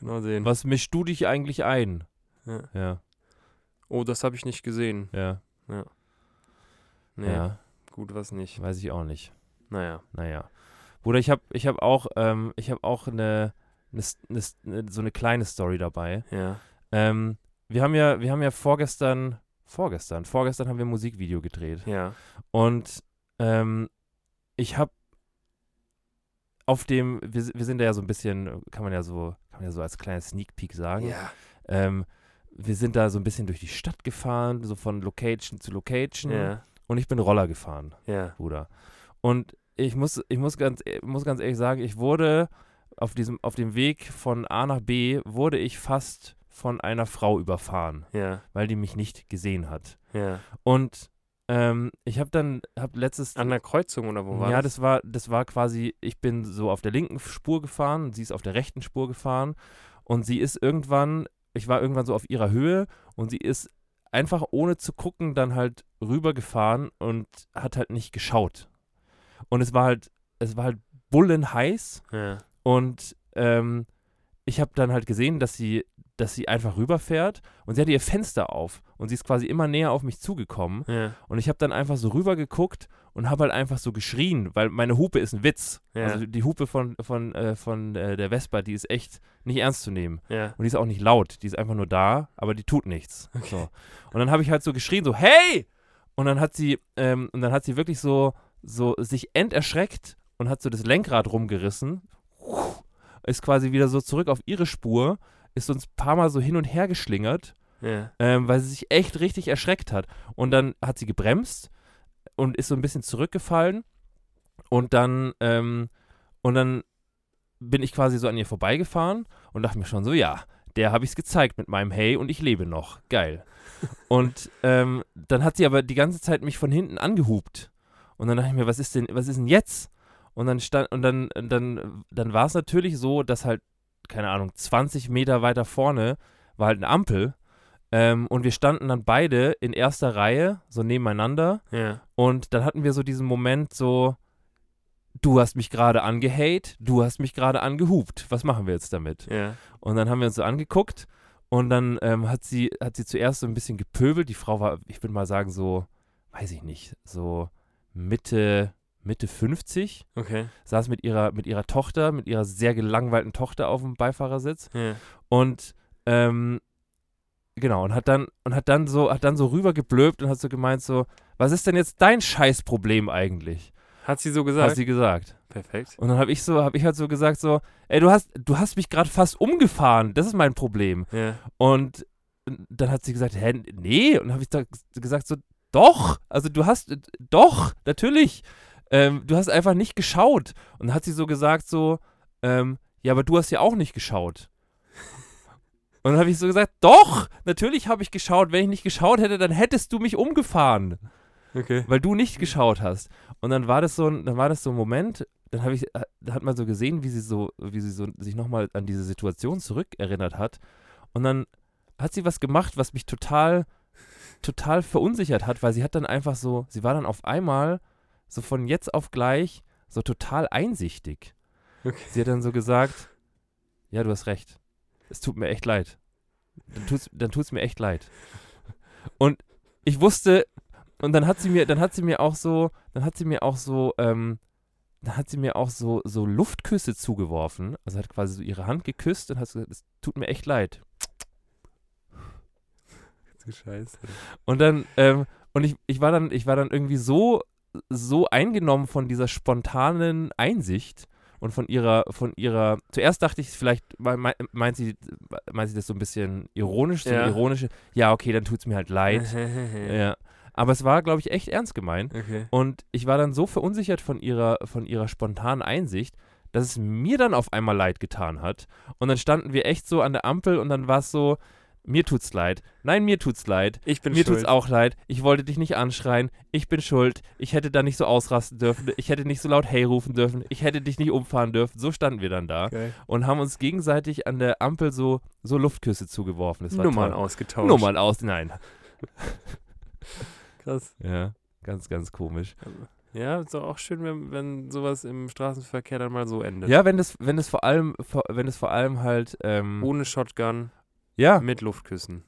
S3: Genau sehen.
S2: Was mischst du dich eigentlich ein?
S3: Ja.
S2: Ja,
S3: Oh, das habe ich nicht gesehen.
S2: ja,
S3: Nee,
S2: ja.
S3: gut, was nicht.
S2: Weiß ich auch nicht.
S3: Naja.
S2: Naja. Bruder, ich habe ich hab auch, ähm, ich hab auch eine, eine, eine, so eine kleine Story dabei.
S3: Ja.
S2: Ähm, wir, haben ja, wir haben ja vorgestern, vorgestern, vorgestern haben wir ein Musikvideo gedreht.
S3: Ja.
S2: Und ähm, ich habe auf dem, wir, s- wir sind da ja so ein bisschen, kann man ja so, kann man ja so als kleiner Sneak Peek sagen.
S3: Ja.
S2: Ähm, wir sind da so ein bisschen durch die Stadt gefahren, so von Location zu Location.
S3: Ja.
S2: Und ich bin Roller gefahren.
S3: Ja.
S2: Bruder. Und ich muss, ich muss, ganz, eh- muss ganz ehrlich sagen, ich wurde auf, diesem, auf dem Weg von A nach B, wurde ich fast von einer Frau überfahren,
S3: Ja.
S2: weil die mich nicht gesehen hat.
S3: Ja.
S2: Und ähm, ich habe dann, habe letztes...
S3: An der Kreuzung oder wo war
S2: ja, das war, das war quasi, ich bin so auf der linken Spur gefahren, sie ist auf der rechten Spur gefahren und sie ist irgendwann, ich war irgendwann so auf ihrer Höhe und sie ist einfach ohne zu gucken dann halt rübergefahren und hat halt nicht geschaut. Und es war halt, es war halt bullenheiß
S3: Ja.
S2: und ähm, ich habe dann halt gesehen, dass sie, dass sie einfach rüberfährt und sie hatte ihr Fenster auf und sie ist quasi immer näher auf mich zugekommen
S3: Ja.
S2: und ich habe dann einfach so rüber geguckt und habe halt einfach so geschrien, weil meine Hupe ist ein Witz.
S3: Ja.
S2: Also die Hupe von, von, äh, von äh, der Vespa, die ist echt nicht ernst zu nehmen.
S3: Ja.
S2: Und die ist auch nicht laut, die ist einfach nur da, aber die tut nichts. So. Und dann habe ich halt so geschrien, so, hey! Und dann hat sie, ähm, und dann hat sie wirklich so, so sich enterschreckt und hat so das Lenkrad rumgerissen, ist quasi wieder so zurück auf ihre Spur, ist uns ein paar Mal so hin und her geschlingert
S3: Ja.
S2: ähm, weil sie sich echt richtig erschreckt hat. Und dann hat sie gebremst und ist so ein bisschen zurückgefallen. Und dann, ähm, und dann bin ich quasi so an ihr vorbeigefahren und dachte mir schon so, ja, der habe ich es gezeigt mit meinem Hey und ich lebe noch. Geil. Und ähm, dann hat sie aber die ganze Zeit mich von hinten angehupt. Und dann dachte ich mir, was ist denn, was ist denn jetzt? Und dann stand, und dann, dann, dann war es natürlich so, dass halt, keine Ahnung, 20 Meter weiter vorne war halt eine Ampel. Ähm, und wir standen dann beide in erster Reihe, so nebeneinander.
S3: Ja.
S2: Und dann hatten wir so diesen Moment so, du hast mich gerade angehate, du hast mich gerade angehupt. Was machen wir jetzt damit?
S3: Ja.
S2: Und dann haben wir uns so angeguckt und dann ähm, hat, sie, hat sie zuerst so ein bisschen gepöbelt. Die Frau war, ich würde mal sagen, so, weiß ich nicht, so Mitte, Mitte 50,
S3: Okay.
S2: saß mit ihrer, mit ihrer Tochter, mit ihrer sehr gelangweilten Tochter auf dem Beifahrersitz
S3: Ja.
S2: und ähm, genau und hat dann und hat dann so hat dann so rübergeblöbt und hat so gemeint so was ist denn jetzt dein Scheißproblem eigentlich
S3: Hat sie so
S2: hat
S3: gesagt?
S2: sie gesagt
S3: Perfekt.
S2: und dann habe ich so habe ich halt so gesagt so ey du hast du hast mich gerade fast umgefahren das ist mein Problem
S3: Ja.
S2: und dann hat sie gesagt hä nee und habe ich da gesagt so doch also du hast doch natürlich ähm, du hast einfach nicht geschaut und dann hat sie so gesagt so ähm, ja aber du hast ja auch nicht geschaut und dann habe ich so gesagt, doch, natürlich habe ich geschaut. Wenn ich nicht geschaut hätte, dann hättest du mich umgefahren,
S3: Okay.
S2: weil du nicht geschaut hast. Und dann war das so ein, dann war das so ein Moment, dann habe ich, äh, da hat man so gesehen, wie sie so, wie sie so sich nochmal an diese Situation zurückerinnert hat. Und dann hat sie was gemacht, was mich total, total verunsichert hat, weil sie hat dann einfach so, sie war dann auf einmal so von jetzt auf gleich so total einsichtig.
S3: Okay.
S2: Sie hat dann so gesagt, ja, du hast recht. Es tut mir echt leid. Dann tut's, dann tut's mir echt leid. Und ich wusste, und dann hat sie mir, dann hat sie mir auch so, dann hat sie mir auch so, ähm, dann hat sie mir auch so, so Luftküsse zugeworfen. Also hat quasi so ihre Hand geküsst und hat so gesagt, es tut mir echt leid.
S3: Du *laughs* Scheiße.
S2: Und dann, ähm, und ich, ich war dann, ich war dann irgendwie so, so eingenommen von dieser spontanen Einsicht und von ihrer, von ihrer, zuerst dachte ich, vielleicht mei- mei- meint sie, meint sie das so ein bisschen ironisch, so
S3: Ja.
S2: eine ironische, ja, okay, dann tut's mir halt
S3: *laughs*
S2: leid. ja. Aber es war, glaube ich, echt ernst gemeint.
S3: Okay.
S2: Und ich war dann so verunsichert von ihrer, von ihrer spontanen Einsicht, dass es mir dann auf einmal leid getan hat. Und dann standen wir echt so an der Ampel und dann war es so, mir tut's leid. Nein, mir tut's leid.
S3: Ich bin
S2: Mir
S3: schuld.
S2: tut's auch leid. Ich wollte dich nicht anschreien. Ich bin schuld. Ich hätte da nicht so ausrasten dürfen. Ich hätte nicht so laut Hey rufen dürfen. Ich hätte dich nicht umfahren dürfen. So standen wir dann da
S3: Geil.
S2: und haben uns gegenseitig an der Ampel so, so Luftküsse zugeworfen. Das war
S3: Nummern
S2: toll.
S3: ausgetauscht.
S2: Nummern aus. Nein.
S3: Krass.
S2: Ja, ganz, ganz komisch.
S3: Ja, ist doch auch schön, wenn, wenn sowas im Straßenverkehr dann mal so endet.
S2: Ja, wenn das, wenn das vor allem, vor- wenn das vor allem halt, ähm,
S3: Ohne Shotgun,
S2: ja,
S3: mit Luftküssen.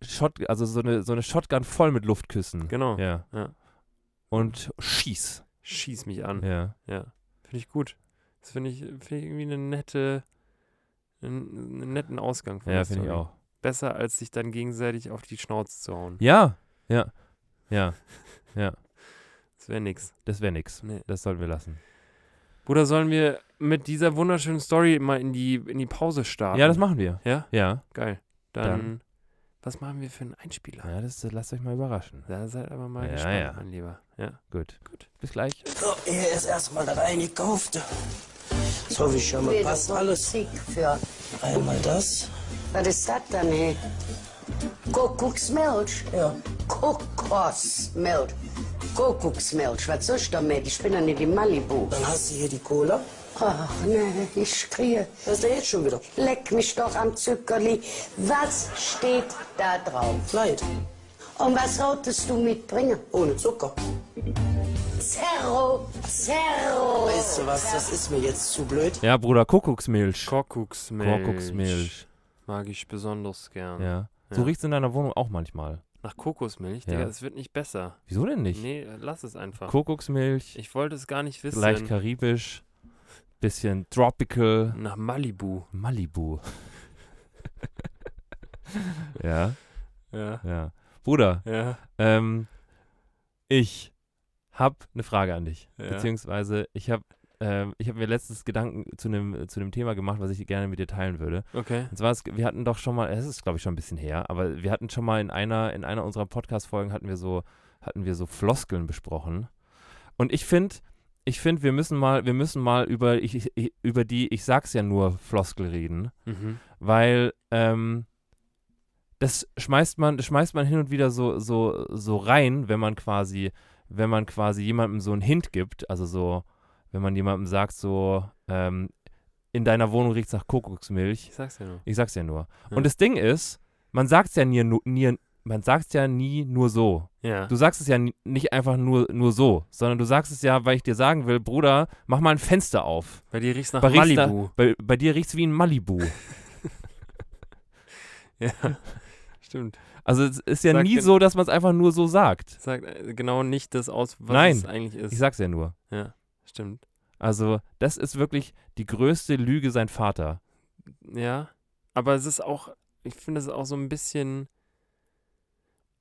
S2: Shot, also so eine, so eine Shotgun voll mit Luftküssen.
S3: Genau.
S2: Ja. Hm.
S3: Ja.
S2: Und schieß.
S3: Schieß mich an.
S2: Ja.
S3: Ja. Finde ich gut. Das finde ich, finde ich irgendwie eine nette, einen, einen netten Ausgang von
S2: Ja,
S3: der
S2: finde ich
S3: Story.
S2: auch.
S3: Besser, als sich dann gegenseitig auf die Schnauze zu hauen.
S2: Ja, ja, ja.
S3: Das wäre nix.
S2: Das wäre nix.
S3: Nee.
S2: Das sollten wir lassen.
S3: Bruder, sollen wir mit dieser wunderschönen Story mal in die, in die Pause starten?
S2: Ja, das machen wir.
S3: Ja?
S2: Ja.
S3: Geil. Dann,
S2: Dann-
S3: was machen wir für einen Einspieler?
S2: Ja, das äh, lasst euch mal überraschen.
S3: Da seid aber mal
S2: Ja,
S3: gespannt,
S2: ja.
S3: mein Lieber. Ja.
S2: Gut. Gut. Bis gleich.
S4: So, hier ist erstmal das eingekaufte. Das hoffe ich schon mal.
S5: Nee,
S4: Passt
S5: war
S4: alles.
S5: Sick für.
S4: Einmal das.
S5: Was ist das denn, hey? Kuckucksmilch?
S4: Ja.
S5: Kokosmilch. Kuckucksmilch, was soll ich damit? Ich bin ja nicht in Malibu.
S4: Dann hast du hier die Cola.
S5: Ach, nee, ich kriege.
S4: Das ist ja jetzt schon wieder.
S5: Leck mich doch am Zuckerli. Was steht da drauf?
S4: Kleid.
S5: Und was solltest du mitbringen?
S4: Ohne Zucker.
S5: Zerro, Zerro.
S4: Weißt du was? Das ist mir jetzt zu blöd.
S2: Ja, Bruder, Kuckucksmilch.
S3: Korkuksmilch.
S2: Kuckucksmilch.
S3: Mag ich besonders gern.
S2: Ja. So riecht's in deiner Wohnung auch manchmal.
S3: Nach Kokosmilch?
S2: Ja.
S3: Digga, es wird nicht besser.
S2: Wieso denn nicht?
S3: Nee, lass es einfach.
S2: Kuckucksmilch,
S3: ich wollte es gar nicht wissen.
S2: leicht karibisch, bisschen tropical,
S3: Nach Malibu.
S2: Malibu. *laughs* ja,
S3: Ja.
S2: ja. Bruder,
S3: Ja.
S2: ähm, ich hab eine Frage an dich.
S3: Ja.
S2: Beziehungsweise, ich hab, ähm, ich hab mir letztens Gedanken zu einem zu einem Thema gemacht, was ich gerne mit dir teilen würde.
S3: Okay.
S2: Und zwar, es, wir hatten doch schon mal, es ist glaube ich schon ein bisschen her, aber wir hatten schon mal in einer, in einer unserer Podcast-Folgen hatten wir so, hatten wir so Floskeln besprochen. Und ich finde, ich finde, wir müssen mal, wir müssen mal über, ich, ich- ich, über die, ich sag's ja nur, Floskel reden,
S3: Mhm.
S2: weil, ähm, das schmeißt man, das schmeißt man hin und wieder so, so, so rein, wenn man quasi, wenn man quasi jemandem so einen Hint gibt, also so, wenn man jemandem sagt, so, ähm, in deiner Wohnung riecht's nach Kuckucksmilch,
S3: Ich sag's ja nur.
S2: ich sag's ja nur.
S3: Ja.
S2: Und das Ding ist, man sagt's ja nie, nu- nie, man sagt's ja nie nur so.
S3: Ja.
S2: Du sagst es ja ni- nicht einfach nur, nur so, sondern du sagst es ja, weil ich dir sagen will, Bruder, mach mal ein Fenster auf.
S3: Bei dir riecht's nach
S2: bei, riecht's da-
S3: Malibu.
S2: bei, bei dir riecht's wie in Malibu. *laughs*
S3: Ja. Stimmt.
S2: Also es ist ja
S3: Sag
S2: nie
S3: den-
S2: so, dass man es einfach nur so sagt.
S3: Sagt äh, genau nicht das aus, was
S2: Nein.
S3: es eigentlich ist.
S2: Ich sag's ja nur.
S3: ja. Stimmt.
S2: Also das ist wirklich die größte Lüge sein Vater.
S3: Ja. Aber es ist auch, ich finde es auch so ein bisschen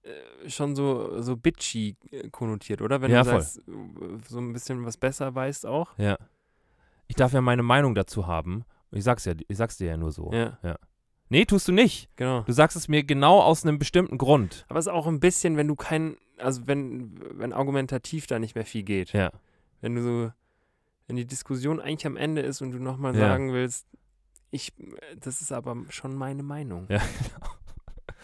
S3: äh, schon so, so bitchy äh, konnotiert, oder? Wenn
S2: Ja,
S3: du
S2: voll.
S3: sagst, äh, so ein bisschen was besser weißt auch.
S2: Ja. Ich darf ja meine Meinung dazu haben. Ich sag's ja, ich sag's dir ja nur so.
S3: Ja,
S2: Nee, tust du nicht.
S3: genau.
S2: Du sagst es mir genau aus einem bestimmten Grund.
S3: Aber es ist auch ein bisschen, wenn du kein, also wenn, wenn argumentativ da nicht mehr viel geht.
S2: Ja.
S3: Wenn du so, wenn die Diskussion eigentlich am Ende ist und du nochmal
S2: Ja.
S3: sagen willst, ich, äh, das ist aber schon meine Meinung.
S2: Ja, genau.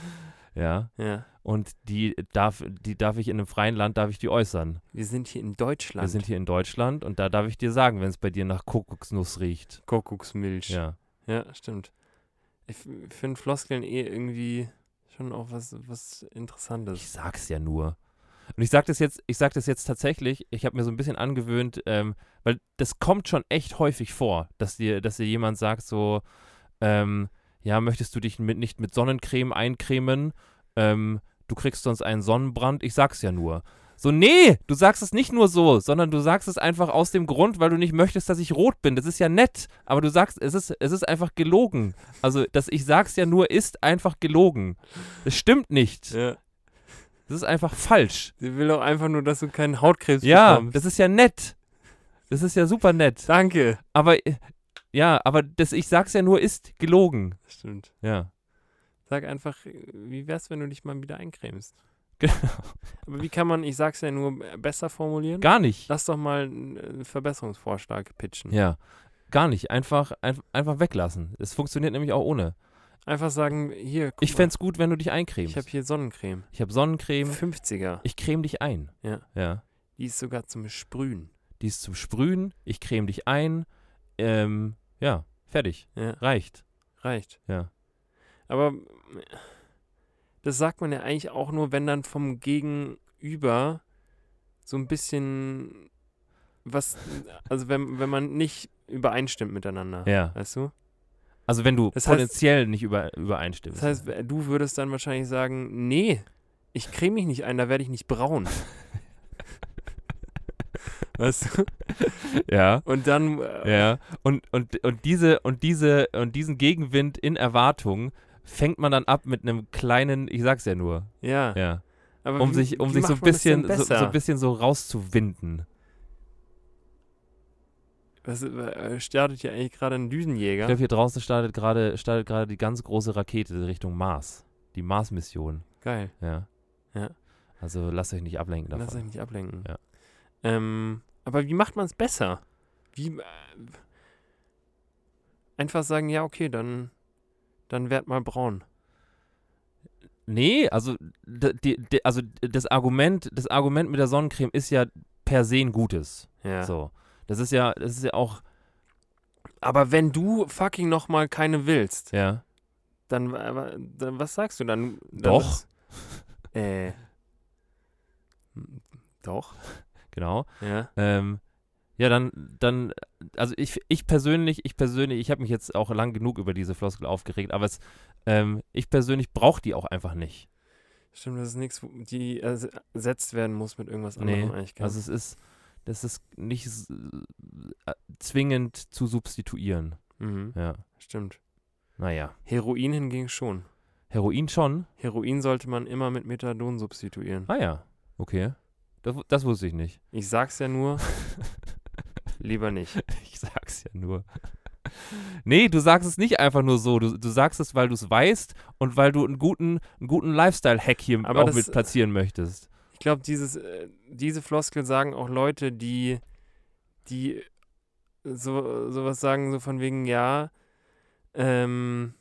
S2: Ja,
S3: Ja.
S2: und die darf, die darf ich in einem freien Land, darf ich die äußern.
S3: Wir sind hier in Deutschland.
S2: Wir sind hier in Deutschland und da darf ich dir sagen, wenn es bei dir nach Kuckucksnuss riecht.
S3: Kuckucksmilch.
S2: Ja,
S3: Ja, stimmt. Ich f- finde Floskeln eh irgendwie schon auch was, was
S2: ich
S3: Interessantes.
S2: sag's ja nur. Und ich sag das jetzt, ich sag das jetzt tatsächlich, ich habe mir so ein bisschen angewöhnt, ähm, weil das kommt schon echt häufig vor, dass dir, dass dir jemand sagt so, ähm, ja, möchtest du dich mit, nicht mit Sonnencreme eincremen? Ähm, du kriegst sonst einen Sonnenbrand. Ich sag's ja nur. So, nee, du sagst es nicht nur so, sondern du sagst es einfach aus dem Grund, weil du nicht möchtest, dass ich rot bin. Das ist ja nett, aber du sagst, es ist, es ist einfach gelogen. Also, dass ich sag's ja nur, ist einfach gelogen. Das stimmt nicht.
S3: Ja.
S2: Das ist einfach falsch.
S3: Sie will auch einfach nur, dass du keinen Hautkrebs
S2: Ja,
S3: bekommst.
S2: das ist ja nett. Das ist ja super nett.
S3: Danke.
S2: Aber äh, ja, aber das ich sag's ja nur ist gelogen.
S3: Stimmt.
S2: Ja.
S3: Sag einfach, wie wär's, wenn du dich mal wieder eincremst?
S2: Genau.
S3: Aber wie kann man, ich sag's ja nur, äh, besser formulieren?
S2: Gar nicht.
S3: Lass doch mal einen äh, Verbesserungsvorschlag pitchen.
S2: Ja. Gar nicht. Einfach, ein, einfach weglassen. Es funktioniert nämlich auch ohne.
S3: Einfach sagen, hier, guck
S2: Ich
S3: mal,
S2: fände es gut, wenn du dich eincremst.
S3: ich habe hier Sonnencreme.
S2: ich hab Sonnencreme.
S3: 50er.
S2: Ich creme dich ein.
S3: Ja.
S2: Ja.
S3: Die ist sogar zum Sprühen.
S2: Die ist zum Sprühen. Ich creme dich ein. Ähm, ja, fertig.
S3: Ja,
S2: Reicht.
S3: reicht.
S2: Ja.
S3: Aber äh, das sagt man ja eigentlich auch nur, wenn dann vom Gegenüber so ein bisschen was, also wenn, wenn man nicht übereinstimmt miteinander.
S2: Ja.
S3: Weißt du?
S2: Also wenn du
S3: Das heißt-
S2: potenziell nicht über, übereinstimmst.
S3: Das heißt, du würdest dann wahrscheinlich sagen, nee, ich creme mich nicht ein, da werde ich nicht braun. weißt du?
S2: ja.
S3: Und dann, äh,
S2: Ja. Und, und, und diese und diese und diesen Gegenwind in Erwartung fängt man dann ab mit einem kleinen, ich sag's ja nur,
S3: ja.
S2: ja,
S3: Aber
S2: um
S3: wie-
S2: sich um
S3: wie
S2: sich so ein
S3: macht man das denn
S2: bisschen so, so
S3: besser?
S2: ein bisschen so rauszuwinden.
S3: Was, äh, startet ja eigentlich gerade ein
S2: Ich
S3: Düsenjäger.
S2: glaube, hier draußen startet gerade startet gerade die ganz große Rakete Richtung Mars, die Mars-Mission.
S3: Geil.
S2: Ja.
S3: Ja.
S2: Also lasst euch nicht ablenken davon.
S3: Lass euch nicht ablenken.
S2: Ja.
S3: Ähm, aber wie macht man es besser? Wie, äh, einfach sagen, ja, okay, dann, dann werd mal braun.
S2: Nee, also, d- die, die, also das, Argument, das Argument mit der Sonnencreme ist ja per se ein gutes.
S3: Ja.
S2: So. Das ist ja, das ist ja auch,
S3: Aber wenn du fucking nochmal keine willst,
S2: ja.
S3: dann, wa- wa- dann was sagst du dann? dann
S2: Doch. *laughs*
S3: Was, äh. m- Doch.
S2: *laughs* Genau.
S3: Ja.
S2: Ähm, ja, dann, dann, also ich, ich persönlich, ich persönlich, ich habe mich jetzt auch lang genug über diese Floskel aufgeregt, aber es, ähm, ich persönlich brauche die auch einfach nicht.
S3: Stimmt, das ist nichts, die ers- ersetzt werden muss mit irgendwas
S2: Nee,
S3: anderem eigentlich. gell?
S2: Also es ist, das ist nicht s- äh, zwingend zu substituieren.
S3: mhm,
S2: Ja.
S3: stimmt.
S2: Naja.
S3: Heroin hingegen schon.
S2: Heroin schon?
S3: Heroin sollte man immer mit Methadon substituieren.
S2: Ah ja. Okay. Das, wu- das wusste ich nicht. *laughs*
S3: Ich sag's ja nur, lieber nicht.
S2: Ich sag's ja nur. *laughs* Nee, du sagst es nicht einfach nur so. Du, du sagst es, weil du es weißt und weil du einen guten, einen guten Lifestyle-Hack hier
S3: Aber
S2: auch
S3: das-
S2: mit platzieren möchtest.
S3: Ich glaube, dieses, äh, diese Floskel sagen auch Leute, die, die äh, so, sowas sagen, so von wegen, ja, ähm,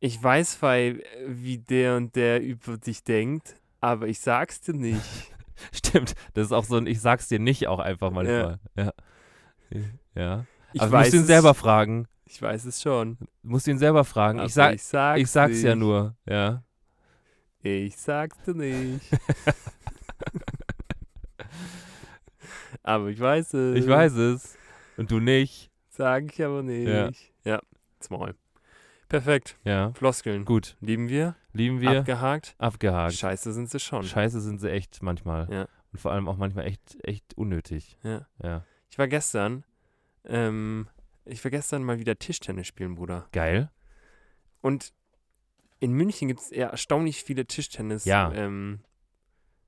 S3: ich weiß, weil, äh, wie der und der über dich denkt, aber ich sag's dir nicht.
S2: *laughs* Stimmt, das ist auch so ein Ich sag's dir nicht auch einfach mal.
S3: Ja.
S2: Ja. ja.
S3: Ich
S2: Aber du musst ihn
S3: es-
S2: selber fragen.
S3: Ich weiß es schon.
S2: Du musst ihn selber fragen.
S3: aber
S2: Ich, sag,
S3: ich sag's,
S2: ich sag's ja
S3: nicht.
S2: nur. Ja.
S3: Ich sag's
S2: *laughs*
S3: dir nicht. aber ich weiß es.
S2: Ich weiß es. Und du nicht.
S3: Sag ich aber nicht.
S2: Ja.
S3: ja small. Perfekt.
S2: Ja.
S3: Floskeln.
S2: Gut.
S3: Lieben wir.
S2: Lieben wir.
S3: Abgehakt.
S2: Abgehakt.
S3: Scheiße sind sie schon.
S2: Scheiße sind sie echt manchmal.
S3: Ja.
S2: Und vor allem auch manchmal echt, echt unnötig.
S3: Ja.
S2: Ja.
S3: Ich war gestern, ähm, ich war gestern mal wieder Tischtennis spielen, Bruder.
S2: Geil.
S3: Und in München gibt es ja erstaunlich viele Tischtennis
S2: Ja.
S3: ähm,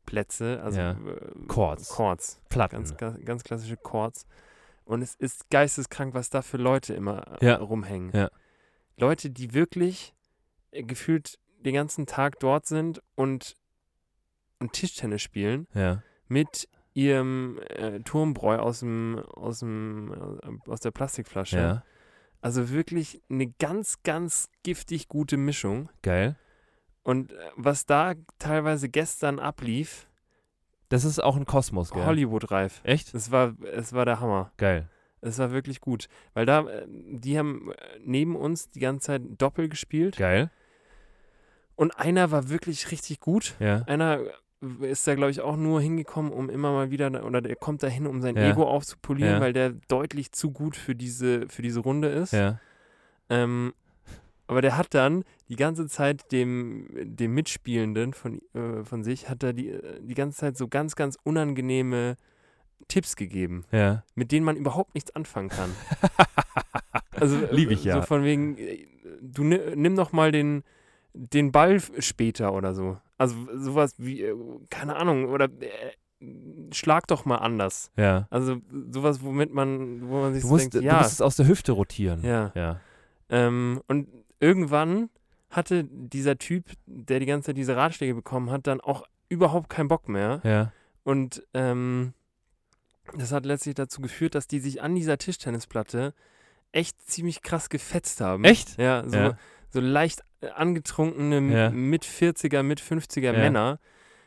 S3: Plätze, also
S2: Ja.
S3: äh,
S2: Chords.
S3: Chords.
S2: Platten.
S3: Ganz, ganz, ganz klassische Chords. Und es ist geisteskrank, was da für Leute immer äh,
S2: Ja.
S3: rumhängen.
S2: Ja.
S3: Leute, die wirklich äh, gefühlt den ganzen Tag dort sind und, und Tischtennis spielen
S2: Ja.
S3: mit ihrem äh, Turmbräu aus dem, aus dem, äh, aus der Plastikflasche.
S2: Ja,
S3: Also wirklich eine ganz, ganz giftig gute Mischung.
S2: geil.
S3: Und äh, was da teilweise gestern ablief,
S2: Das ist auch ein Kosmos, gell?
S3: Hollywood-reif.
S2: Echt?
S3: Es war, es war der Hammer.
S2: Geil.
S3: Es war wirklich gut. Weil da, äh, die haben äh, neben uns die ganze Zeit Doppel gespielt.
S2: Geil.
S3: Und einer war wirklich richtig gut.
S2: Ja.
S3: Einer äh, ist da, glaube ich, auch nur hingekommen, um immer mal wieder, oder der kommt da hin, um sein
S2: Ja.
S3: Ego aufzupolieren,
S2: Ja.
S3: weil der deutlich zu gut für diese, für diese Runde ist.
S2: Ja.
S3: Ähm, aber der hat dann die ganze Zeit dem, dem Mitspielenden von, äh, von sich, hat er die, äh, die ganze Zeit so ganz, ganz unangenehme Tipps gegeben,
S2: Ja.
S3: mit denen man überhaupt nichts
S2: *laughs*
S3: anfangen kann. also äh,
S2: Lieb ich ja.
S3: So von wegen, äh, du ni- nimm doch mal den, den Ball f- später oder so. Also sowas wie, äh, keine Ahnung, oder äh, schlag doch mal anders.
S2: Ja.
S3: Also sowas, womit man, wo man sich
S2: Du
S3: so
S2: musst, äh,
S3: denkt,
S2: du
S3: ja,
S2: musst es aus der Hüfte rotieren.
S3: ja.
S2: Ja.
S3: Ähm, und irgendwann hatte dieser Typ, der die ganze Zeit diese Ratschläge bekommen hat, dann auch überhaupt keinen Bock mehr.
S2: Ja.
S3: Und ähm, das hat letztlich dazu geführt, dass die
S2: Hm.
S3: sich an dieser Tischtennisplatte echt ziemlich krass gefetzt haben.
S2: Echt?
S3: Ja, so,
S2: Ja.
S3: so leicht äh, angetrunkene
S2: Ja.
S3: mit 40er, mit
S2: Ja.
S3: 50er Männer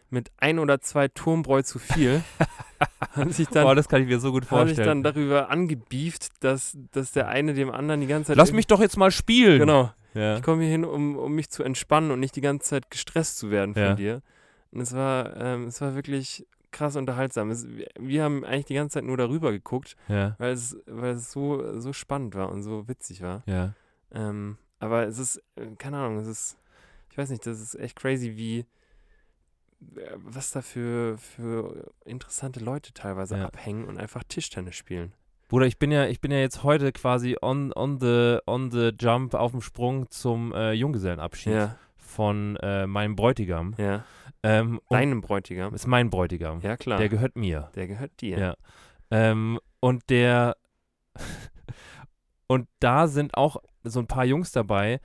S3: mit ein oder zwei Turmbräu zu
S2: *laughs*
S3: viel haben sich dann,
S2: Boah, das kann ich mir so gut
S3: haben sich
S2: vorstellen.
S3: dann darüber angebieft, dass, dass der eine dem anderen die ganze Zeit.
S2: Lass mich doch jetzt mal spielen.
S3: Genau.
S2: Ja.
S3: Ich komme hier hin, um, um mich zu entspannen und nicht die ganze Zeit gestresst zu werden von
S2: Ja.
S3: dir. Und es war, ähm, es war wirklich krass unterhaltsam. Es, wir, wir haben eigentlich die ganze Zeit nur darüber geguckt,
S2: Ja.
S3: weil es, weil es so, so spannend war und so witzig war.
S2: Ja.
S3: Ähm, aber es ist, äh, keine Ahnung, es ist, ich weiß nicht, das ist echt crazy, wie, äh, was da für, für interessante Leute teilweise
S2: Ja.
S3: abhängen und einfach Tischtennis spielen.
S2: Bruder, ich bin ja, ich bin ja jetzt heute quasi on, on the on the jump auf dem Sprung zum äh, Junggesellenabschied
S3: Ja,
S2: von äh, meinem Bräutigam.
S3: ja.
S2: Ähm, und
S3: Deinem Bräutigam.
S2: ist mein Bräutigam.
S3: Ja, klar.
S2: Der
S3: Der,
S2: gehört mir.
S3: gehört dir.
S2: Ja. Ähm, und der *laughs* und da sind auch so ein paar Jungs dabei,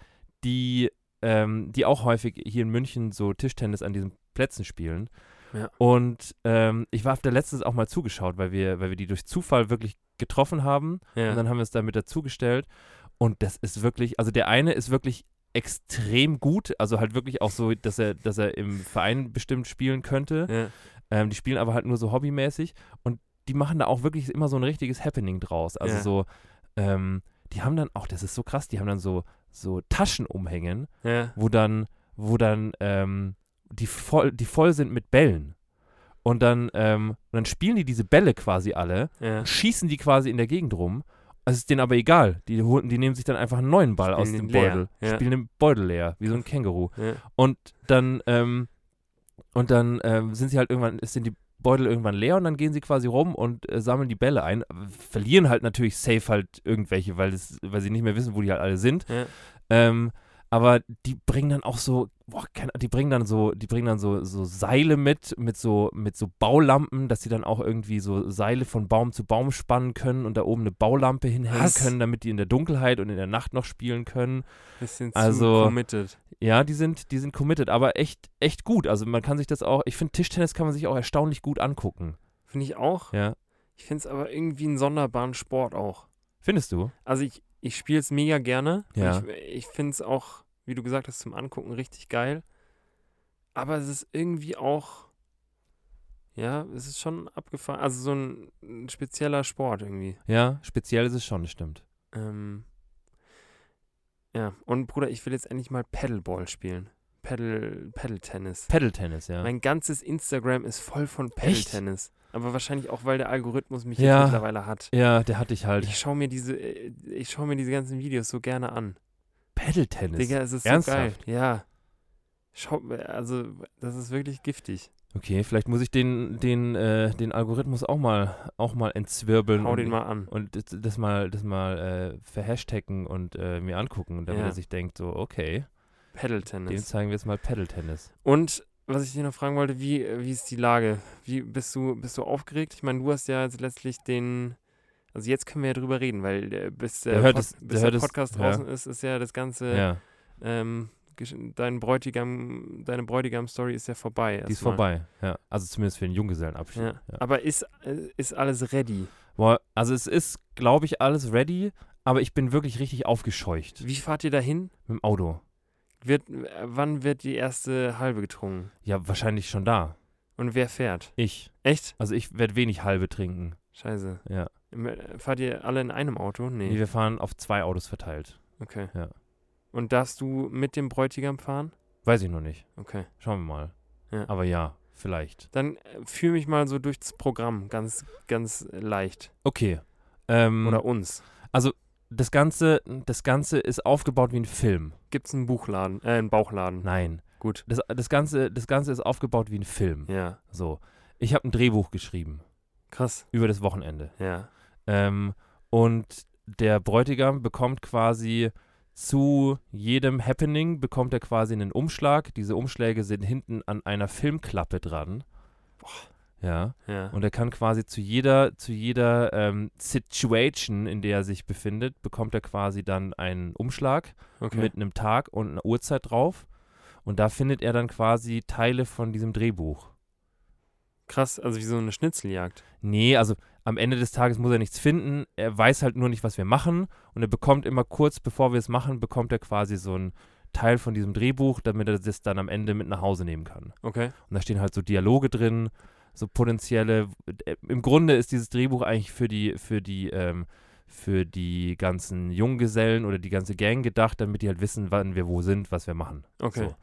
S2: die, ähm, die auch häufig hier in München so Tischtennis an diesen Plätzen spielen.
S3: Ja.
S2: Und ähm, ich war auf der letztens auch mal zugeschaut, weil wir, weil wir die durch Zufall wirklich getroffen haben.
S3: Ja.
S2: Und dann haben wir es da mit dazugestellt. Und das ist wirklich, also der eine ist wirklich extrem gut, also halt wirklich auch so, dass er, dass er im Verein bestimmt spielen könnte.
S3: ja.
S2: Ähm, die spielen aber halt nur so hobbymäßig und die machen da auch wirklich immer so ein richtiges Happening draus. Also
S3: Ja.
S2: so, ähm, die haben dann auch, das ist so krass, die haben dann so, so Taschen umhängen,
S3: ja.
S2: wo dann, wo dann, ähm, die voll, die voll sind mit Bällen. Und dann, ähm, und dann spielen die diese Bälle quasi alle
S3: Ja.
S2: und schießen die quasi in der Gegend rum. Es ist denen aber egal. Die, holen, die nehmen sich dann einfach einen neuen Ball
S3: Spielen
S2: aus dem
S3: den leer,
S2: Beutel.
S3: ja.
S2: Spielen den Beutel leer, wie so ein Känguru.
S3: Ja.
S2: Und dann, ähm, und dann ähm, sind sie halt irgendwann, sind die Beutel irgendwann leer und dann gehen sie quasi rum und äh, sammeln die Bälle ein. Verlieren halt natürlich safe halt irgendwelche, weil, es, weil sie nicht mehr wissen, wo die halt alle sind.
S3: Ja.
S2: Ähm, aber die bringen dann auch so, boah, keine, die bringen dann so, die bringen dann so, so Seile mit, mit so, mit so Baulampen, dass sie dann auch irgendwie so Seile von Baum zu Baum spannen können und da oben eine Baulampe hinhängen
S3: Was?
S2: können, damit die in der Dunkelheit und in der Nacht noch spielen können.
S3: Bisschen
S2: Also-
S3: zu committed.
S2: Ja, die sind, die sind committed, aber echt, echt gut. Also man kann sich das auch, ich finde Tischtennis kann man sich auch erstaunlich gut angucken.
S3: Finde ich auch.
S2: Ja.
S3: Ich finde es aber irgendwie einen sonderbaren Sport auch.
S2: Findest du?
S3: Also ich, ich spiele es mega gerne. und
S2: Ja.
S3: Ich, ich finde es auch, wie du gesagt hast, zum Angucken richtig geil. Aber es ist irgendwie auch, ja, es ist schon abgefahren. Also so ein, ein spezieller Sport irgendwie.
S2: Ja, speziell ist es schon, das stimmt.
S3: Ähm, ja, und Bruder, ich will jetzt endlich mal Paddleball spielen. Paddle, Paddle-Tennis.
S2: Paddle-Tennis, ja.
S3: Mein ganzes Instagram ist voll von
S2: Echt?
S3: Paddle-Tennis. Aber wahrscheinlich auch, weil der Algorithmus mich
S2: Ja.
S3: jetzt mittlerweile hat.
S2: ja, der hatte ich halt.
S3: Ich schaue mir diese, äh, ich schaue mir diese ganzen Videos so gerne an.
S2: Paddle-Tennis.
S3: Digga, es ist
S2: ernsthaft?
S3: so geil. Ja. Schau, also, das ist wirklich giftig.
S2: Okay, vielleicht muss ich den, den, äh, den Algorithmus auch mal, auch mal entzwirbeln.
S3: Hau
S2: und,
S3: den mal an.
S2: Und das, das mal, das mal äh, verhashtaggen und äh, mir angucken, damit
S3: Ja.
S2: er sich denkt, so, okay, dem
S3: Paddle-Tennis.
S2: zeigen wir jetzt mal Paddle-Tennis.
S3: Und was ich dir noch fragen wollte, wie, äh, wie ist die Lage? Wie bist du, bist du aufgeregt? Ich meine, du hast ja jetzt letztlich den. Also jetzt können wir ja drüber reden, weil äh, bis der,
S2: Der hört
S3: Pod-
S2: es- der
S3: bis der
S2: hört es-
S3: Podcast
S2: ja.
S3: draußen ist, ist ja das ganze
S2: ja,
S3: ähm, gesch- dein Bräutigam, deine Bräutigam-Story ist ja vorbei.
S2: die ist
S3: erstmal.
S2: vorbei. Ja, also zumindest für den Junggesellenabschied.
S3: Ja.
S2: Ja.
S3: Aber ist, äh, ist alles ready?
S2: Boah, also es ist, glaube ich, alles ready, aber ich bin wirklich richtig aufgescheucht
S3: Wie fahrt ihr dahin?
S2: mit dem Auto.
S3: Wird, äh, wann wird die erste halbe getrunken?
S2: Ja, wahrscheinlich schon da.
S3: Und wer fährt?
S2: Ich.
S3: Echt?
S2: Also ich werde wenig halbe trinken.
S3: Scheiße.
S2: Ja.
S3: Im- äh, Fahrt ihr alle in einem Auto?
S2: Nee.
S3: Nee.
S2: wir fahren auf zwei Autos verteilt.
S3: Okay.
S2: Ja.
S3: Und darfst du mit dem Bräutigam fahren?
S2: Weiß ich noch nicht.
S3: Okay.
S2: Schauen wir mal.
S3: Ja.
S2: Aber ja, vielleicht.
S3: Dann äh, fühl mich mal so durchs Programm, ganz, ganz leicht.
S2: Okay. Ähm,
S3: Oder uns.
S2: das Ganze, das Ganze ist aufgebaut wie ein Film.
S3: Gibt's einen Buchladen, äh, einen Bauchladen?
S2: Nein.
S3: Gut.
S2: Das, das, Ganze, das Ganze ist aufgebaut wie ein Film.
S3: Ja.
S2: So. Ich habe ein Drehbuch geschrieben
S3: Krass.
S2: über das Wochenende.
S3: Ja.
S2: Ähm, und der Bräutigam bekommt quasi zu jedem Happening bekommt er quasi einen Umschlag. Diese Umschläge sind hinten an einer Filmklappe dran. Ja.
S3: Ja.
S2: Und er kann quasi zu jeder, zu jeder ähm, Situation, in der er sich befindet, bekommt er quasi dann einen Umschlag
S3: okay.
S2: mit einem Tag und einer Uhrzeit drauf. Und da findet er dann quasi Teile von diesem Drehbuch.
S3: Krass, also wie so eine Schnitzeljagd.
S2: Nee, also, am Ende des Tages muss er nichts finden. Er weiß halt nur nicht, was wir machen. Und er bekommt immer kurz, bevor wir es machen, bekommt er quasi so einen Teil von diesem Drehbuch, damit er das dann am Ende mit nach Hause nehmen kann.
S3: Okay.
S2: Und da stehen halt so Dialoge drin, so potenzielle. äh, Im Grunde ist dieses Drehbuch eigentlich für die, für die, ähm, für die ganzen Junggesellen oder die ganze Gang gedacht, damit die halt wissen, wann wir wo sind, was wir machen.
S3: Okay.
S2: So.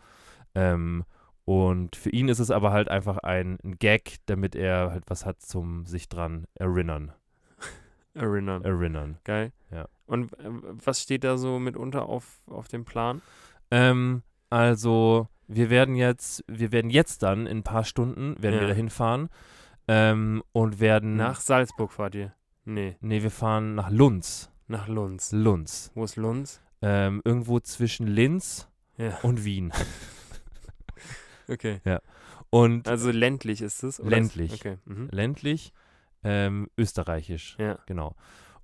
S2: Ähm, und für ihn ist es aber halt einfach ein, ein Gag, damit er halt was hat zum sich dran erinnern.
S3: Erinnern.
S2: erinnern.
S3: Geil.
S2: Ja.
S3: Und äh, was steht da so mitunter auf, auf dem Plan?
S2: Ähm, also, wir werden jetzt, wir werden jetzt dann in ein paar Stunden, werden wir
S3: Ja.
S2: da hinfahren ähm, und werden
S3: Nach Salzburg fahrt ihr? Nee,
S2: Nee, wir fahren nach Lunds.
S3: nach Lunds.
S2: Lunds.
S3: Wo ist Lunds?
S2: Ähm, irgendwo zwischen Linz
S3: Ja.
S2: und Wien.
S3: Okay.
S2: Und
S3: Also ländlich ist es? oder?
S2: Ländlich.
S3: Okay. Mhm.
S2: ländlich, ähm, österreichisch.
S3: Ja.
S2: Genau.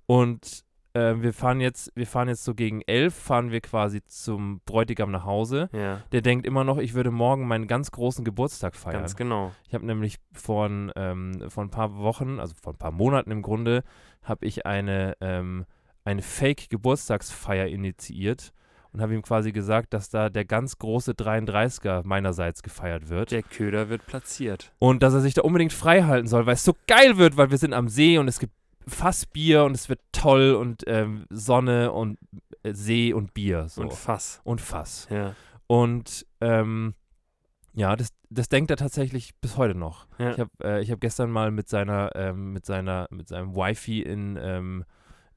S2: Und ähm, wir fahren jetzt, wir fahren jetzt so gegen elf, fahren wir quasi zum Bräutigam nach Hause.
S3: Ja.
S2: Der denkt immer noch, ich würde morgen meinen ganz großen Geburtstag feiern.
S3: Ganz genau.
S2: Ich habe nämlich vor ein, ähm, vor ein paar Wochen, also vor ein paar Monaten im Grunde, habe ich eine, ähm, eine Fake-Geburtstagsfeier initiiert und habe ihm quasi gesagt, dass da der ganz große 33er meinerseits gefeiert wird.
S3: Der Köder wird platziert.
S2: Und dass er sich da unbedingt frei halten soll, weil es so geil wird, weil wir sind am See und es gibt Fassbier und es wird toll und ähm, Sonne und äh, See und Bier. So.
S3: Und Fass.
S2: und Fass.
S3: Ja.
S2: Und ähm, ja, das, das denkt er tatsächlich bis heute noch.
S3: Ja.
S2: Ich habe äh, ich hab gestern mal mit seiner, ähm, mit seiner, mit seinem Wifi in, ähm,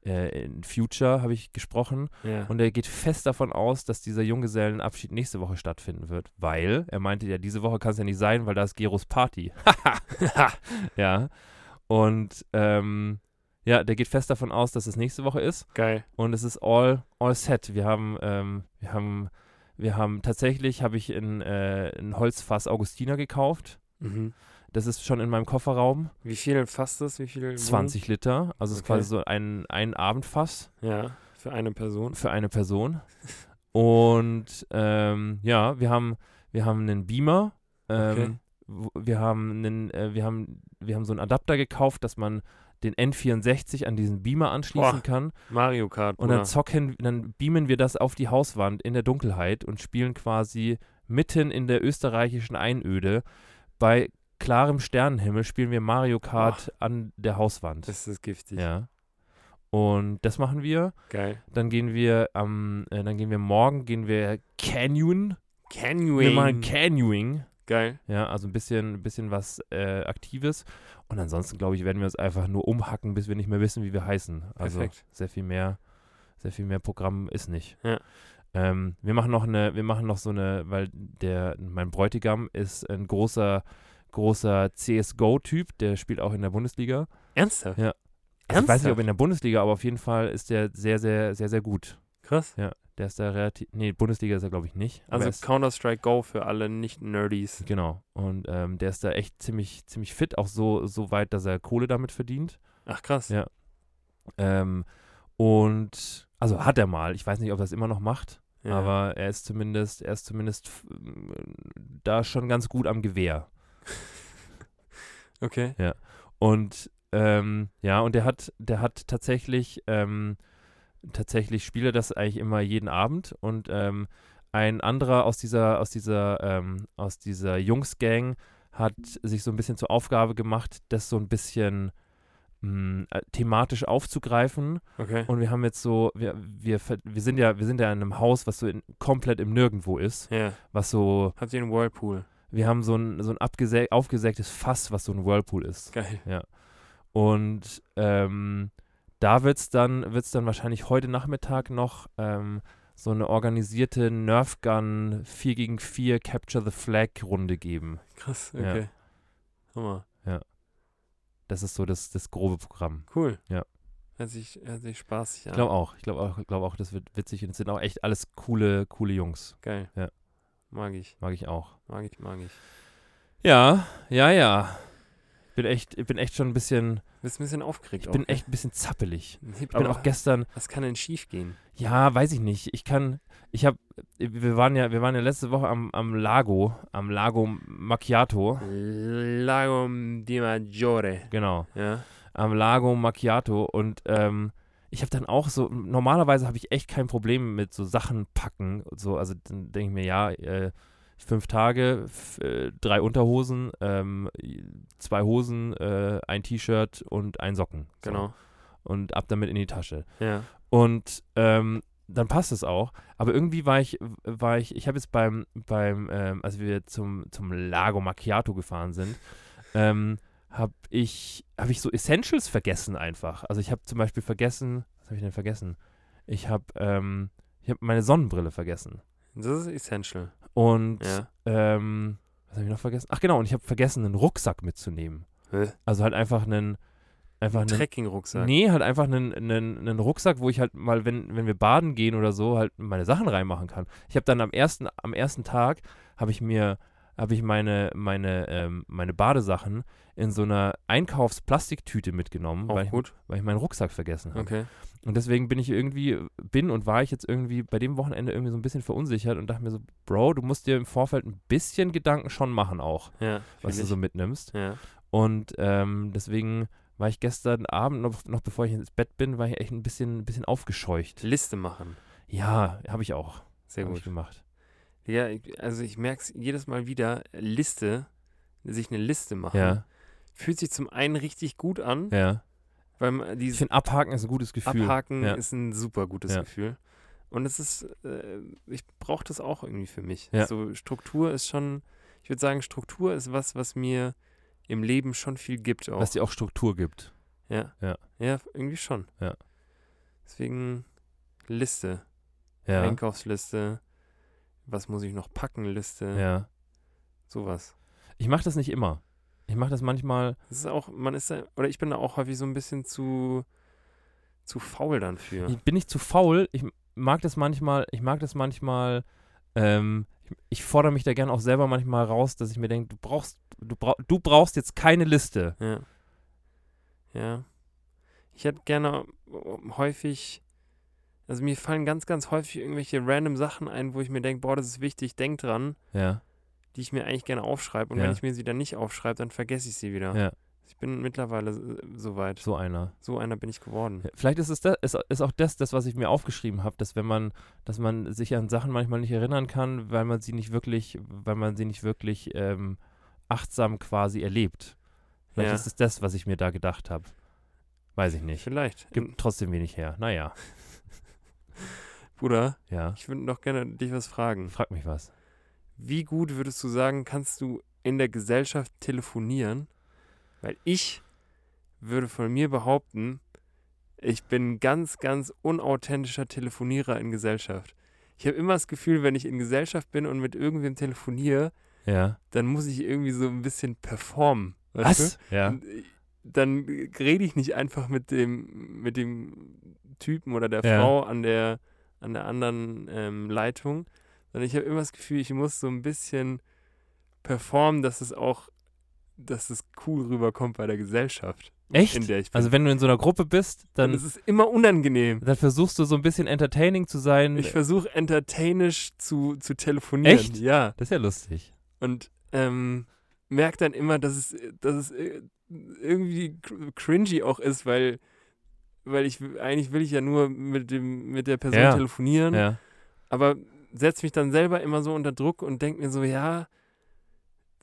S2: äh, in Future habe ich gesprochen
S3: ja.
S2: und er geht fest davon aus, dass dieser Junggesellenabschied nächste Woche stattfinden wird, weil er meinte ja, diese Woche kann es ja nicht sein, weil da ist Geros Party. *laughs* ja. Und ähm, ja, der geht fest davon aus, dass es nächste Woche ist
S3: Geil.
S2: und es ist all, all set. Wir haben, ähm, wir haben, wir haben tatsächlich habe ich ein, äh, ein Holzfass Augustiner gekauft.
S3: Mhm.
S2: Das ist schon in meinem Kofferraum.
S3: Wie viel fasst das? Wie viel? Wohn-
S2: 20 Liter. Also es ist
S3: Mhm. Okay.
S2: quasi so ein, ein Abendfass
S3: Ja. Für eine Person.
S2: für eine Person. Und ähm, ja, wir haben, wir haben einen Beamer. Ähm,
S3: Okay.
S2: wo- Wir haben einen, äh, wir haben, wir haben so einen Adapter gekauft, dass man den N64 an diesen Beamer anschließen
S3: Boah.
S2: kann.
S3: Mario Kart.
S2: Und
S3: Bruder.
S2: dann zocken, dann beamen wir das auf die Hauswand in der Dunkelheit und spielen quasi mitten in der österreichischen Einöde. Bei klarem Sternenhimmel spielen wir Mario Kart an der Hauswand.
S3: Das ist giftig.
S2: ja. Und das machen wir.
S3: Geil.
S2: Dann gehen wir am, äh, dann gehen wir morgen, gehen wir Canyon. Wir machen
S3: Canyon.
S2: Canyoning.
S3: Geil.
S2: Ja, also ein bisschen, ein bisschen was äh, Aktives. Und ansonsten, glaube ich, werden wir uns einfach nur umhacken, bis wir nicht mehr wissen, wie wir heißen. Also
S3: Perfekt.
S2: sehr viel mehr, sehr viel mehr Programm ist nicht.
S3: Ja.
S2: Ähm, wir machen noch eine, wir machen noch so eine, weil der, mein Bräutigam ist ein großer, großer CSGO-Typ, der spielt auch in der Bundesliga.
S3: Ernsthaft?
S2: Ja. Also ich weiß nicht, ob
S3: Ernsthaft?
S2: in der Bundesliga, aber auf jeden Fall ist der sehr, sehr, sehr, sehr gut.
S3: Krass.
S2: Der ist da relativ, nee, Bundesliga ist er, glaube ich, nicht. aber
S3: Also
S2: er ist,
S3: Counter-Strike Go für alle Nicht-Nerdies.
S2: Genau. Und ähm, der ist da echt ziemlich, ziemlich fit, auch so, so weit, dass er Kohle damit verdient.
S3: Ach krass.
S2: Ja. Ähm, und also hat er mal. Ich weiß nicht, ob er es immer noch macht,
S3: Ja.
S2: aber er ist zumindest, er ist zumindest f- da schon ganz gut am Gewehr.
S3: Okay.
S2: Und ähm, ja, und der hat, der hat tatsächlich, ähm, tatsächlich spielt er das eigentlich immer jeden Abend und ähm, ein anderer aus dieser, aus dieser, ähm, aus dieser Jungs-Gang hat sich so ein bisschen zur Aufgabe gemacht, das so ein bisschen mh, äh, thematisch aufzugreifen.
S3: Okay.
S2: Und wir haben jetzt so, wir, wir, ver- wir sind ja, wir sind ja in einem Haus, was so in, komplett im Nirgendwo ist,
S3: ja.
S2: was so,
S3: Habt ihr einen Whirlpool? *laughs*
S2: wir haben so ein, so ein abgesä- aufgesägtes Fass, was so ein Whirlpool ist.
S3: Geil.
S2: Und ähm, da wird es dann, wird's dann wahrscheinlich heute Nachmittag noch ähm, so eine organisierte Nerf Gun 4 gegen 4 Capture the Flag Runde geben.
S3: Krass.
S2: Ja.
S3: Okay. Hammer.
S2: Das ist so das, das grobe Programm.
S3: Cool.
S2: Ja.
S3: Hört sich, hört sich spaßig an.
S2: Ich glaube auch. Ich glaube auch, ich glaub auch, das wird witzig. Und es sind auch echt alles coole, coole Jungs.
S3: Geil.
S2: Ja.
S3: Mag ich.
S2: Mag ich auch.
S3: Mag ich, mag ich.
S2: Ja, ja, ja. Ich bin echt, ich bin echt schon ein bisschen,
S3: Bist ein bisschen aufgeregt.
S2: ich
S3: ne?
S2: bin echt ein bisschen zappelig.
S3: Ich
S2: Ich bin auch gestern,
S3: was kann denn schief gehen?
S2: Ja, weiß ich nicht. Ich kann, ich habe, wir waren ja, wir waren ja letzte Woche am, am Lago, am Lago Macchiato.
S3: Lago di Maggiore.
S2: Genau.
S3: Ja.
S2: am Lago Macchiato und ähm, ich habe dann auch so, normalerweise habe ich echt kein Problem mit so Sachen packen. und So, also dann denke ich mir, ja, äh, fünf Tage, f- äh, drei Unterhosen, ähm, zwei Hosen, äh, ein T-Shirt und ein Socken. So.
S3: Genau.
S2: Und ab damit in die Tasche.
S3: Ja.
S2: Und ähm, dann passt es auch. Aber irgendwie war ich, war ich, ich habe jetzt beim, beim, ähm, als wir zum, zum Lago Macchiato gefahren sind, ähm, habe ich, habe ich so Essentials vergessen einfach. Also ich habe zum Beispiel vergessen, was habe ich denn vergessen? Ich habe, ähm, ich habe meine Sonnenbrille vergessen.
S3: Das ist essential.
S2: Und,
S3: Ja.
S2: ähm, was habe ich noch vergessen? Ach genau, und ich habe vergessen, einen Rucksack mitzunehmen.
S3: Hä?
S2: Also halt einfach einen, einfach einen
S3: Trekking-Rucksack.
S2: Nee, halt einfach einen, einen, einen Rucksack, wo ich halt mal, wenn, wenn wir baden gehen oder so, halt meine Sachen reinmachen kann. Ich habe dann am ersten, am ersten Tag habe ich mir, habe ich meine, meine, ähm, meine Badesachen in so einer Einkaufsplastiktüte mitgenommen, weil
S3: Auch
S2: ich,
S3: gut.
S2: weil ich meinen Rucksack vergessen habe.
S3: Oh, Okay.
S2: Und deswegen bin ich irgendwie, bin und war ich jetzt irgendwie bei dem Wochenende irgendwie so ein bisschen verunsichert und dachte mir so, Bro, du musst dir im Vorfeld ein bisschen Gedanken schon machen auch,
S3: Ja.
S2: was
S3: fühl
S2: du
S3: ich.
S2: so mitnimmst.
S3: ja.
S2: Und ähm, deswegen war ich gestern Abend, noch, noch bevor ich ins Bett bin, war ich echt ein bisschen, ein bisschen aufgescheucht.
S3: Liste machen.
S2: Ja, habe ich auch.
S3: Hm. Sehr
S2: Hab
S3: gut.
S2: Ich gemacht.
S3: Ja, ich, also ich merke es jedes Mal wieder, Liste, sich eine Liste machen,
S2: Ja,
S3: fühlt sich zum einen richtig gut an,
S2: ja.
S3: weil man
S2: Ich
S3: dieses
S2: finde, abhaken ist ein gutes Gefühl.
S3: Abhaken
S2: ja.
S3: ist ein super gutes
S2: Ja.
S3: Gefühl. Und es ist, äh, ich brauche das auch irgendwie für mich.
S2: Ja.
S3: So Struktur ist schon, ich würde sagen, Struktur ist was, was mir im Leben schon viel gibt auch.
S2: Dass dir auch Struktur gibt.
S3: ja.
S2: Ja.
S3: Ja, irgendwie schon.
S2: Ja.
S3: Deswegen Liste,
S2: Ja,
S3: Einkaufsliste, was muss ich noch packen, Liste,
S2: ja.
S3: sowas.
S2: Ich mache das nicht immer. Ich mache das manchmal.
S3: Das ist auch, man ist da, oder ich bin da auch häufig so ein bisschen zu, zu faul dann für.
S2: Ich bin nicht zu faul. Ich mag das manchmal. Ich mag das manchmal. Ähm, ich- ich fordere mich da gern auch selber manchmal raus, dass ich mir denke, du brauchst, du, brauch, du brauchst jetzt keine Liste.
S3: Ja. Ja. Ich hätte gerne ähm, häufig, also mir fallen ganz, ganz häufig irgendwelche random Sachen ein, wo ich mir denke, boah, das ist wichtig, denk dran,
S2: Ja,
S3: die ich mir eigentlich gerne aufschreibe. Und
S2: Ja.
S3: wenn ich mir sie dann nicht aufschreibe, dann vergesse ich sie wieder.
S2: Ja.
S3: Ich bin mittlerweile so- so weit.
S2: so einer.
S3: So einer bin ich geworden.
S2: Ja, Vielleicht ist es das, ist, ist auch das, das, was ich mir aufgeschrieben habe, dass wenn man, dass man sich an Sachen manchmal nicht erinnern kann, weil man sie nicht wirklich, weil man sie nicht wirklich ähm, achtsam quasi erlebt. Vielleicht
S3: Ja.
S2: ist es das, was ich mir da gedacht habe. Weiß ich nicht.
S3: Vielleicht.
S2: Gibt trotzdem wenig her. Naja,
S3: Bruder,
S2: ja.
S3: ich würde doch gerne dich was fragen.
S2: Frag mich was.
S3: Wie gut würdest du sagen, kannst du in der Gesellschaft telefonieren? Weil ich würde von mir behaupten, ich bin ein ganz, ganz unauthentischer Telefonierer in Gesellschaft. Ich habe immer das Gefühl, wenn ich in Gesellschaft bin und mit irgendwem telefoniere,
S2: Ja.
S3: dann muss ich irgendwie so ein bisschen performen. weißt
S2: Was?
S3: Du?
S2: Ja.
S3: Und, äh, Dann rede ich nicht einfach mit dem, mit dem Typen oder der
S2: Ja.
S3: Frau an der, an der anderen ähm, Leitung, sondern ich habe immer das Gefühl, ich muss so ein bisschen performen, dass es auch, dass es cool rüberkommt bei der Gesellschaft, in
S2: Echt?
S3: der ich bin.
S2: Also wenn du in so einer Gruppe bist,
S3: Und es
S2: dann,
S3: ist immer unangenehm.
S2: dann versuchst du so ein bisschen entertaining zu sein.
S3: Ich versuche entertainisch zu, zu telefonieren.
S2: Echt?
S3: Ja.
S2: Das ist ja lustig.
S3: und ähm, merkt dann immer, dass es, dass es äh, irgendwie cr- cringy auch ist, weil, weil ich w- eigentlich will ich ja nur mit dem mit der Person
S2: Ja.
S3: telefonieren,
S2: Ja.
S3: aber setze mich dann selber immer so unter Druck und denke mir so, ja,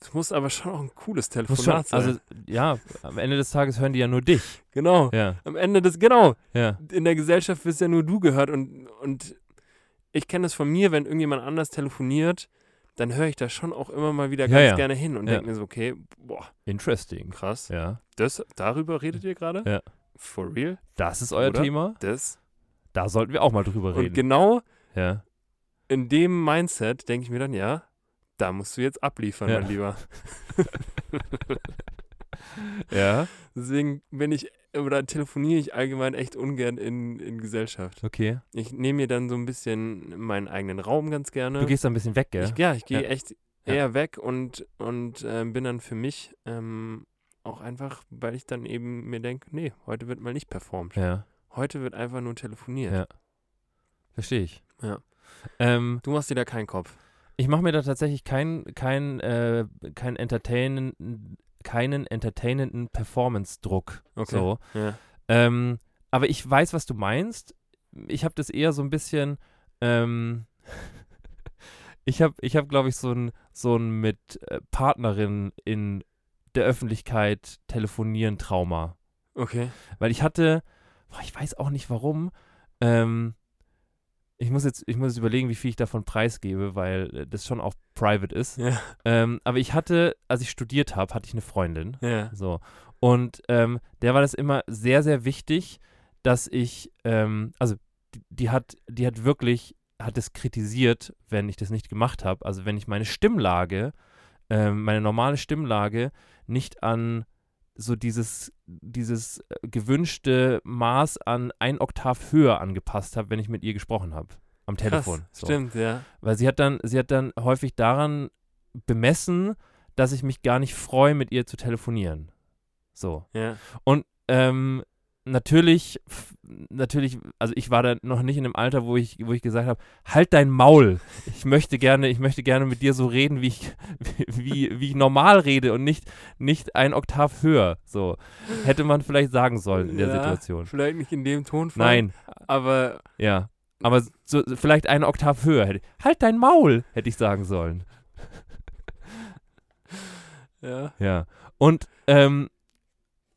S3: es muss aber schon auch ein cooles
S2: Muss schon,
S3: Telefonat sein.
S2: also ja, am Ende des Tages hören die ja nur dich.
S3: genau.
S2: Ja,
S3: Am Ende des genau
S2: ja,
S3: in der Gesellschaft wirst ja nur du gehört und, und ich kenne das von mir, wenn irgendjemand anders telefoniert, dann höre ich da schon auch immer mal wieder
S2: Ja,
S3: ganz
S2: ja.
S3: gerne hin und
S2: Ja.
S3: denke mir so, okay, boah,
S2: interesting.
S3: krass.
S2: Ja.
S3: Das, darüber redet ihr gerade?
S2: Ja.
S3: For real?
S2: Das ist euer
S3: Oder?
S2: Thema.
S3: Das?
S2: Da sollten wir auch mal drüber
S3: Und
S2: reden.
S3: genau
S2: Ja.
S3: in dem Mindset denke ich mir dann, ja, da musst du jetzt abliefern,
S2: Ja.
S3: mein Lieber.
S2: ja.
S3: Deswegen bin ich, oder telefoniere ich allgemein echt ungern in, in Gesellschaft.
S2: Okay.
S3: Ich nehme mir dann so ein bisschen meinen eigenen Raum ganz gerne.
S2: Du gehst da ein bisschen weg, gell?
S3: ich, ja, ich gehe
S2: Ja.
S3: echt
S2: Ja.
S3: eher weg und, und ähm, bin dann für mich ähm, auch einfach, weil ich dann eben mir denke, nee, heute wird mal nicht performt.
S2: ja.
S3: Heute wird einfach nur telefoniert.
S2: Ja. Verstehe ich.
S3: Ja.
S2: Ähm,
S3: Du machst dir da keinen Kopf.
S2: ich mache mir da tatsächlich kein, kein, äh, kein Entertain, keinen entertainenden Performance-Druck.
S3: Okay.
S2: So.
S3: Ja.
S2: Ähm, aber ich weiß, was du meinst. Ich habe das eher so ein bisschen. Ähm, *laughs* ich habe, ich hab, glaube ich, so ein, so ein mit äh, Partnerin in der Öffentlichkeit telefonieren Trauma.
S3: Okay.
S2: Weil ich hatte, boah, ich weiß auch nicht warum, ähm, ich muss jetzt, ich muss jetzt überlegen, wie viel ich davon preisgebe, weil äh, das schon auch private ist.
S3: Ja.
S2: Ähm, aber ich hatte, als ich studiert habe, hatte ich eine Freundin.
S3: Ja.
S2: ne, So. Und ähm, der war das immer sehr, sehr wichtig, dass ich, ähm, also die, die hat, die hat wirklich, hat es kritisiert, wenn ich das nicht gemacht habe. Also wenn ich meine Stimmlage, ähm, meine normale Stimmlage nicht an so dieses, dieses äh, gewünschte Maß an ein Oktav höher angepasst habe, wenn ich mit ihr gesprochen habe. Am Telefon.
S3: Krass.
S2: so.
S3: Stimmt, ja.
S2: Weil sie hat dann, sie hat dann häufig daran bemessen, dass ich mich gar nicht freue, mit ihr zu telefonieren. So.
S3: Ja.
S2: Und ähm, natürlich, f- natürlich, also ich war da noch nicht in dem Alter, wo ich, wo ich gesagt habe, halt dein Maul. Ich möchte gerne, ich möchte gerne mit dir so reden, wie ich, *laughs* wie, wie ich normal rede und nicht, nicht ein Oktav höher. So. Hätte man vielleicht sagen sollen in der
S3: ja,
S2: Situation.
S3: Vielleicht nicht in dem Tonfall.
S2: Nein,
S3: Aber
S2: ja. Aber so, so vielleicht einen Oktav höher hätte ich. Halt dein Maul, hätte ich sagen sollen.
S3: ja.
S2: Ja. Und ähm,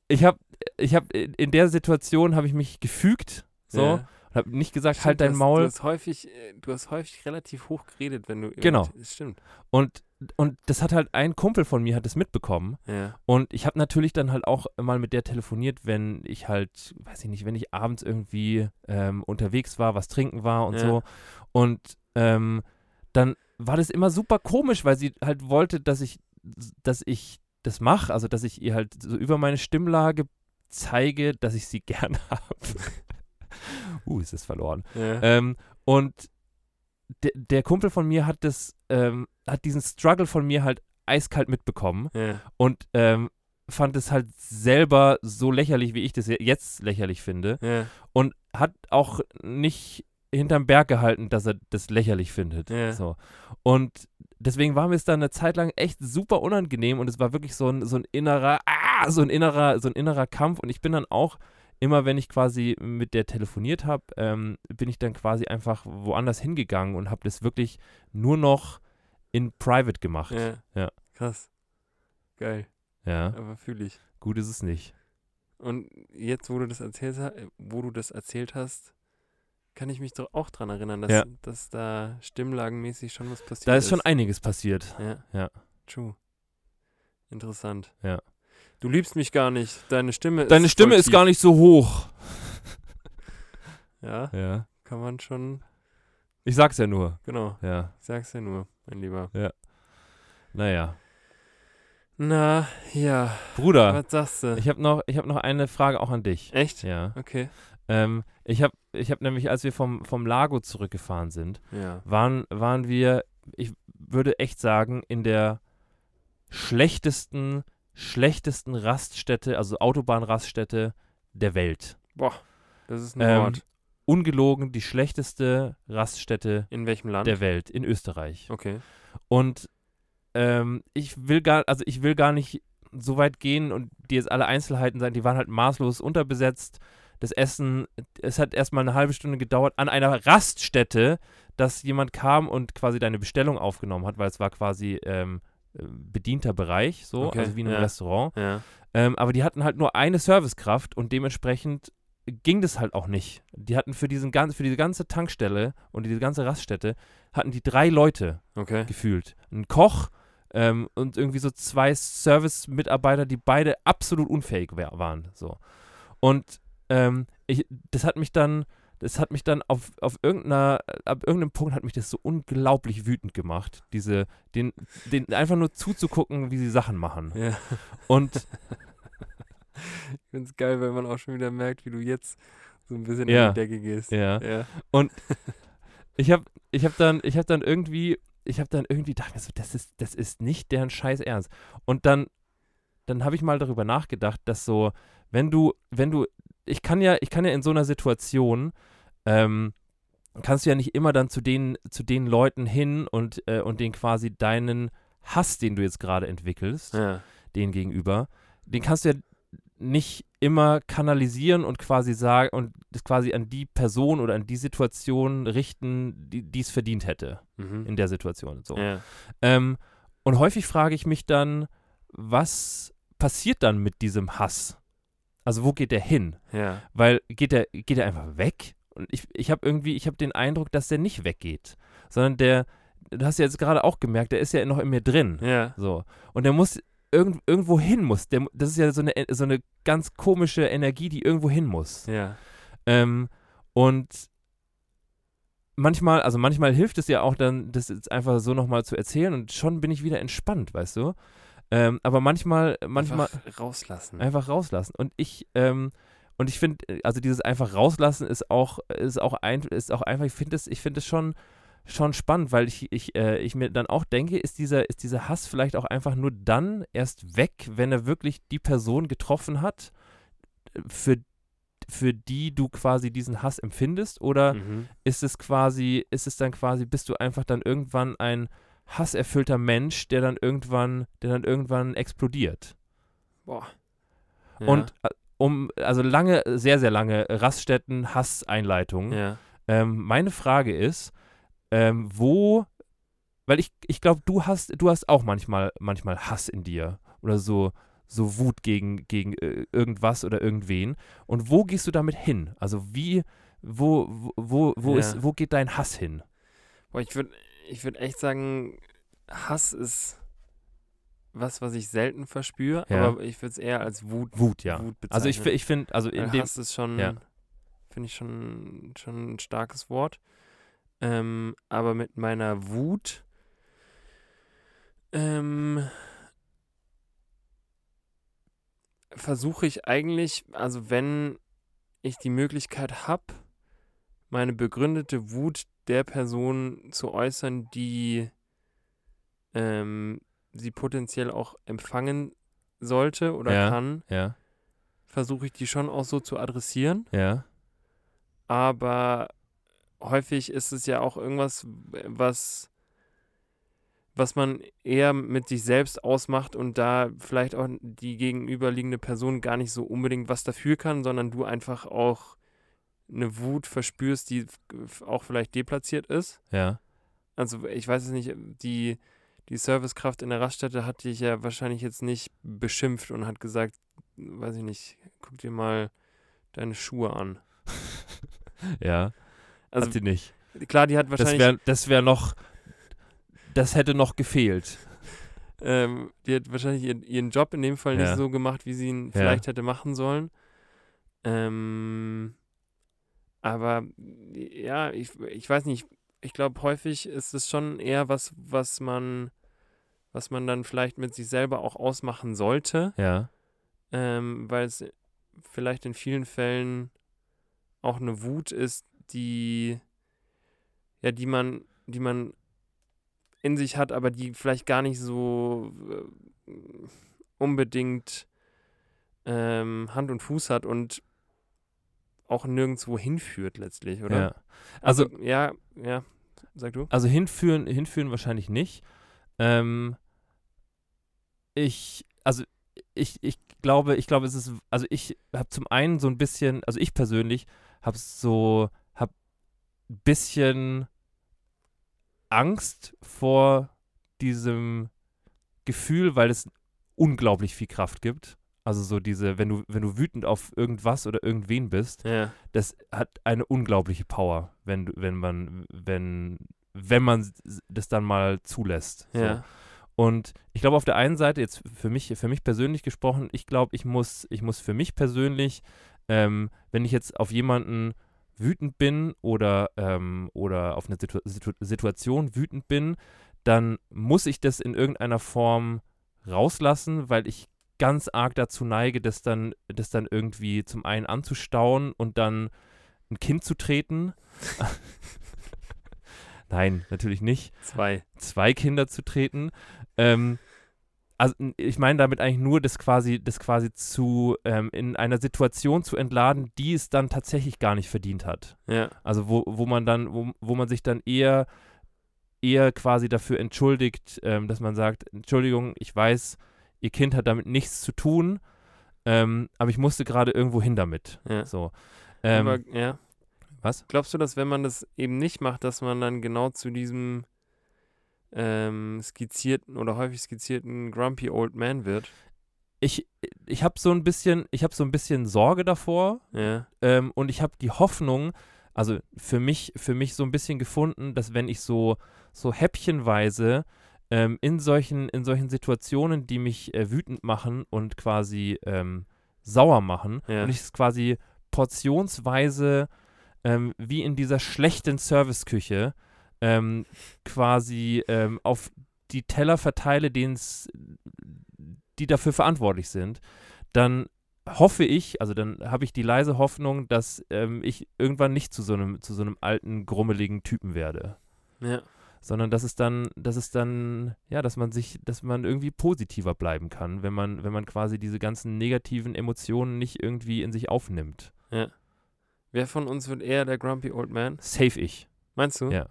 S2: ich habe ich hab, äh, in in der Situation habe ich mich gefügt so
S3: Ja.
S2: und habe nicht gesagt,
S3: Stimmt,
S2: halt
S3: du
S2: dein
S3: hast- Du
S2: Maul.
S3: hast, häufig, äh, du hast häufig relativ hoch geredet, wenn du.
S2: Genau.
S3: Das stimmt.
S2: Und, und das hat halt ein Kumpel von mir hat das mitbekommen.
S3: Ja.
S2: Und ich habe natürlich dann halt auch mal mit der telefoniert, wenn ich halt, weiß ich nicht, wenn ich abends irgendwie ähm, unterwegs war, was trinken war und
S3: Ja.
S2: so. Und ähm, dann war das immer super komisch, weil sie halt wollte, dass ich, dass ich das mache, also dass ich ihr halt so über meine Stimmlage zeige, dass ich sie *laughs* gern habe. uh, ist das verloren.
S3: Ja.
S2: Ähm, und de der Kumpel von mir hat das, ähm, hat diesen Struggle von mir halt eiskalt mitbekommen
S3: ja.
S2: und ähm, fand es halt selber so lächerlich, wie ich das je- jetzt lächerlich finde
S3: Ja.
S2: und hat auch nicht hinterm Berg gehalten, dass er das lächerlich findet.
S3: Ja.
S2: So. Und deswegen war mir es dann eine Zeit lang echt super unangenehm und es war wirklich so ein, so ein innerer, ah, so ein innerer, so ein innerer Kampf und ich bin dann auch immer, wenn ich quasi mit der telefoniert habe, ähm, bin ich dann quasi einfach woanders hingegangen und habe das wirklich nur noch in private gemacht.
S3: Ja.
S2: Ja.
S3: Krass. Geil.
S2: ja.
S3: Aber fühle ich.
S2: Gut ist es nicht.
S3: Und jetzt, wo du das erzählt, ha- äh, wo du das erzählt hast, kann ich mich doch auch dran erinnern, dass,
S2: Ja.
S3: dass da stimmlagenmäßig schon was passiert
S2: Da ist schon einiges passiert.
S3: Ja.
S2: Ja.
S3: True. Interessant.
S2: Ja.
S3: Du liebst mich gar nicht. Deine Stimme ist.
S2: Deine Stimme ist gar nicht so hoch.
S3: Ja,
S2: Ja.
S3: kann man schon.
S2: Ich sag's ja nur.
S3: Genau.
S2: Ja.
S3: Ich sag's ja nur, mein Lieber.
S2: Naja.
S3: Na, ja.
S2: Bruder,
S3: Was sagst du?
S2: ich habe noch, ich hab noch eine Frage auch an dich.
S3: Echt?
S2: Ja.
S3: Okay.
S2: Ähm, ich habe ich hab nämlich, als wir vom, vom Lago zurückgefahren sind,
S3: Ja.
S2: waren, waren wir, ich würde echt sagen, in der schlechtesten, schlechtesten Raststätte, also Autobahnraststätte der Welt.
S3: Boah. Das ist ein
S2: Ähm,
S3: Wort.
S2: Ungelogen die schlechteste Raststätte
S3: In welchem Land?
S2: der Welt in Österreich.
S3: okay.
S2: Und ähm, ich will gar, also ich will gar nicht so weit gehen und dir jetzt alle Einzelheiten sagen, die waren halt maßlos unterbesetzt. Das Essen, es hat erstmal eine halbe Stunde gedauert an einer Raststätte, dass jemand kam und quasi deine Bestellung aufgenommen hat, weil es war quasi ähm, äh, bedienter Bereich, so,
S3: Okay,
S2: also wie in einem
S3: ja.
S2: Restaurant.
S3: Ja.
S2: Ähm, aber die hatten halt nur eine Servicekraft und dementsprechend ging das halt auch nicht. Die hatten für, diesen, gan- für diese ganze Tankstelle und diese ganze Raststätte, hatten die drei Leute
S3: Okay.
S2: gefühlt. Ein Koch ähm, und irgendwie so zwei Service-Mitarbeiter, die beide absolut unfähig wär, waren. So. Und ähm, ich, das hat mich dann, das hat mich dann auf, auf irgendeiner, ab irgendeinem Punkt hat mich das so unglaublich wütend gemacht, diese, den, den einfach nur zuzugucken, wie sie Sachen machen.
S3: Ja.
S2: Und
S3: Ich find's geil, wenn man auch schon wieder merkt, wie du jetzt so ein bisschen
S2: Ja.
S3: an die Decke gehst.
S2: ja,
S3: Ja.
S2: ich habe ich hab dann, ich hab dann irgendwie, ich habe dann irgendwie gedacht, so, das, ist, das ist nicht deren Scheiß Ernst. Und dann, dann habe ich mal darüber nachgedacht, dass so, wenn du, wenn du, ich kann ja, ich kann ja in so einer Situation, ähm, kannst du ja nicht immer dann zu den, zu den Leuten hin und, äh, und den quasi deinen Hass, den du jetzt gerade entwickelst,
S3: Ja.
S2: denen gegenüber, den kannst du ja nicht immer kanalisieren und quasi sagen und das quasi an die Person oder an die Situation richten, die es verdient hätte
S3: Mhm.
S2: in der Situation. So.
S3: Ja.
S2: Ähm, und häufig frage ich mich dann, was passiert dann mit diesem Hass? Also wo geht der hin?
S3: Ja.
S2: Weil geht der, geht der einfach weg? Und ich, ich habe irgendwie, ich habe den Eindruck, dass der nicht weggeht, sondern der, du hast ja jetzt gerade auch gemerkt, der ist ja noch in mir drin.
S3: Ja.
S2: So. Und der muss irgend, irgendwo hin muss. Der, mu- das ist ja so eine, äh, so eine ganz komische Energie, die irgendwo hin muss.
S3: Ja.
S2: Ähm, und manchmal, also manchmal hilft es ja auch dann, das jetzt einfach so nochmal zu erzählen und schon bin ich wieder entspannt, weißt du? Ähm, aber manchmal, manchmal
S3: Einfach rauslassen.
S2: einfach rauslassen. Und ich, ähm, und ich finde, also dieses einfach rauslassen ist auch, ist auch, ein, ist auch einfach, ich finde es, ich finde es schon, schon spannend, weil ich, ich, äh, ich mir dann auch denke, ist dieser, ist dieser Hass vielleicht auch einfach nur dann erst weg, wenn er wirklich die Person getroffen hat, für, für die du quasi diesen Hass empfindest, oder
S3: Mhm.
S2: ist es quasi, ist es dann quasi, bist du einfach dann irgendwann ein hasserfüllter Mensch, der dann irgendwann, der dann irgendwann explodiert.
S3: Boah. Ja.
S2: Und äh, um, also lange, sehr, sehr lange Raststätten, Hasseinleitungen.
S3: ja.
S2: Ähm, meine Frage ist, ähm, wo, weil ich, ich glaube, du hast, du hast auch manchmal, manchmal Hass in dir oder so, so Wut gegen, gegen äh, irgendwas oder irgendwen. Und wo gehst du damit hin? Also wie, wo, wo, wo, wo
S3: Ja.
S2: ist, wo geht dein Hass hin?
S3: Boah, ich würde ich würd echt sagen, Hass ist was, was ich selten verspüre,
S2: Ja.
S3: aber ich würde es eher als Wut,
S2: Wut, ja.
S3: Wut bezeichnen.
S2: also ich, fi- ich finde, also in
S3: Weil
S2: dem,
S3: Äh, Hass ist schon,
S2: ja.
S3: finde ich schon, schon ein starkes Wort. Ähm, aber mit meiner Wut ähm, versuche ich eigentlich, also wenn ich die Möglichkeit habe, meine begründete Wut der Person zu äußern, die ähm, sie potenziell auch empfangen sollte oder
S2: Ja.
S3: kann,
S2: ja,
S3: versuche ich die schon auch so zu adressieren,
S2: ja,
S3: aber häufig ist es ja auch irgendwas, was, was man eher mit sich selbst ausmacht und da vielleicht auch die gegenüberliegende Person gar nicht so unbedingt was dafür kann, sondern du einfach auch eine Wut verspürst, die f- auch vielleicht deplatziert ist.
S2: ja, *laughs*
S3: Also ich weiß es nicht, die, die Servicekraft in der Raststätte hat dich ja wahrscheinlich jetzt nicht beschimpft und hat gesagt, hm, weiß ich nicht, guck dir mal deine Schuhe an.
S2: ja.
S3: Also
S2: hat sie nicht.
S3: klar, die hat
S2: Das
S3: wahrscheinlich,
S2: wäre das wär noch, das hätte noch gefehlt.
S3: ähm, die hat wahrscheinlich ihren, ihren Job in dem Fall
S2: Ja.
S3: nicht so gemacht, wie sie ihn
S2: Ja.
S3: vielleicht hätte machen sollen. Ähm, aber ja, ich, ich weiß nicht, ich glaube, häufig ist es schon eher was, was man, was man dann vielleicht mit sich selber auch ausmachen sollte.
S2: Ja,
S3: ähm, weil es vielleicht in vielen Fällen auch eine Wut ist, die ja, die man, die man in sich hat, aber die vielleicht gar nicht so äh, unbedingt ähm, Hand und Fuß hat und auch nirgendwo hinführt letztlich, oder?
S2: ja. Also,
S3: ja, ja, sag du.
S2: also hinführen, hinführen wahrscheinlich nicht. Ähm, ich, also ich, ich glaube, ich glaube, es ist, also ich habe zum einen so ein bisschen, also ich persönlich habe so, habe ein bisschen Angst vor diesem Gefühl, weil es unglaublich viel Kraft gibt. Also so diese, wenn du, wenn du wütend auf irgendwas oder irgendwen bist,
S3: Ja,
S2: das hat eine unglaubliche Power, wenn du- wenn man wenn wenn man s- das dann mal zulässt. So.
S3: ja,
S2: Und ich glaube auf der einen Seite jetzt für mich für mich persönlich gesprochen, ich glaube ich muss ich muss für mich persönlich, ähm, wenn ich jetzt auf jemanden wütend bin oder ähm, oder auf eine Situ Situ Situation wütend bin, dann muss ich das in irgendeiner Form rauslassen, weil ich ganz arg dazu neige, das dann, das dann irgendwie zum einen anzustauen und dann ein Kind zu treten. *laughs* Nein, natürlich nicht.
S3: zwei.
S2: Zwei Kinder zu treten. Ähm, also n- ich meine damit eigentlich nur, das quasi, das quasi zu ähm, in einer Situation zu entladen, die es dann tatsächlich gar nicht verdient hat.
S3: Ja,
S2: Also wo, wo man dann, wo, wo man sich dann eher, eher quasi dafür entschuldigt, ähm, dass man sagt, Entschuldigung, ich weiß, ihr Kind hat damit nichts zu tun, ähm, aber ich musste gerade irgendwo hin damit.
S3: Ja.
S2: So. Ähm,
S3: Aber, ja.
S2: was?
S3: Glaubst du, dass wenn man das eben nicht macht, dass man dann genau zu diesem ähm, skizzierten oder häufig skizzierten Grumpy Old Man wird?
S2: ich ich habe so ein bisschen, ich habe so ein bisschen Sorge davor,
S3: Ja.
S2: ähm, und ich habe die Hoffnung, also für mich, für mich so ein bisschen gefunden, dass wenn ich so, so häppchenweise ähm, in, solchen, in solchen Situationen, die mich äh, wütend machen und quasi ähm, sauer machen,
S3: Ja.
S2: und ich es quasi portionsweise ähm, wie in dieser schlechten Serviceküche ähm, quasi ähm, auf die Teller verteile, denen's, die dafür verantwortlich sind, dann hoffe ich, also dann habe ich die leise Hoffnung, dass ähm, ich irgendwann nicht zu so einem zu so einem alten grummeligen Typen werde,
S3: Ja.
S2: sondern dass es dann, dass es dann, ja, dass man sich, dass man irgendwie positiver bleiben kann, wenn man, wenn man quasi diese ganzen negativen Emotionen nicht irgendwie in sich aufnimmt.
S3: Wer von uns wird eher der Grumpy Old Man?
S2: Safe ich.
S3: Meinst du?
S2: Ja.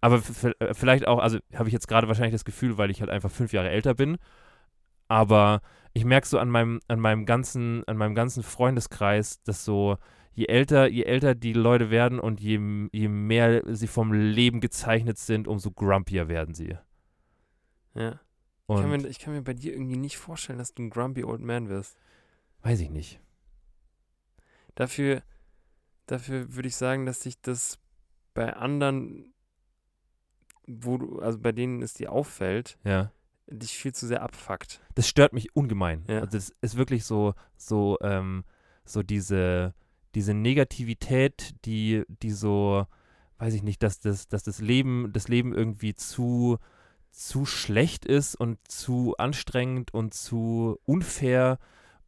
S2: Aber v- v- vielleicht auch, also habe ich jetzt gerade wahrscheinlich das Gefühl, weil ich halt einfach fünf Jahre älter bin. Aber ich merke so an meinem, an meinem ganzen, an meinem ganzen Freundeskreis, dass so, je älter, je älter die Leute werden und je, m- je mehr sie vom Leben gezeichnet sind, umso grumpier werden sie.
S3: Ja. Ich kann,
S2: Und
S3: mir, ich kann mir bei dir irgendwie nicht vorstellen, dass du ein Grumpy Old Man wirst.
S2: weiß ich nicht.
S3: Dafür, dafür würde ich sagen, dass sich das bei anderen, wo du, also bei denen es dir auffällt,
S2: Ja.
S3: dich viel zu sehr abfuckt.
S2: Das stört mich ungemein.
S3: Ja.
S2: Also das ist wirklich so, so, ähm, so diese, diese Negativität, die, die so, weiß ich nicht, dass das, dass das Leben, das Leben irgendwie zu, zu schlecht ist und zu anstrengend und zu unfair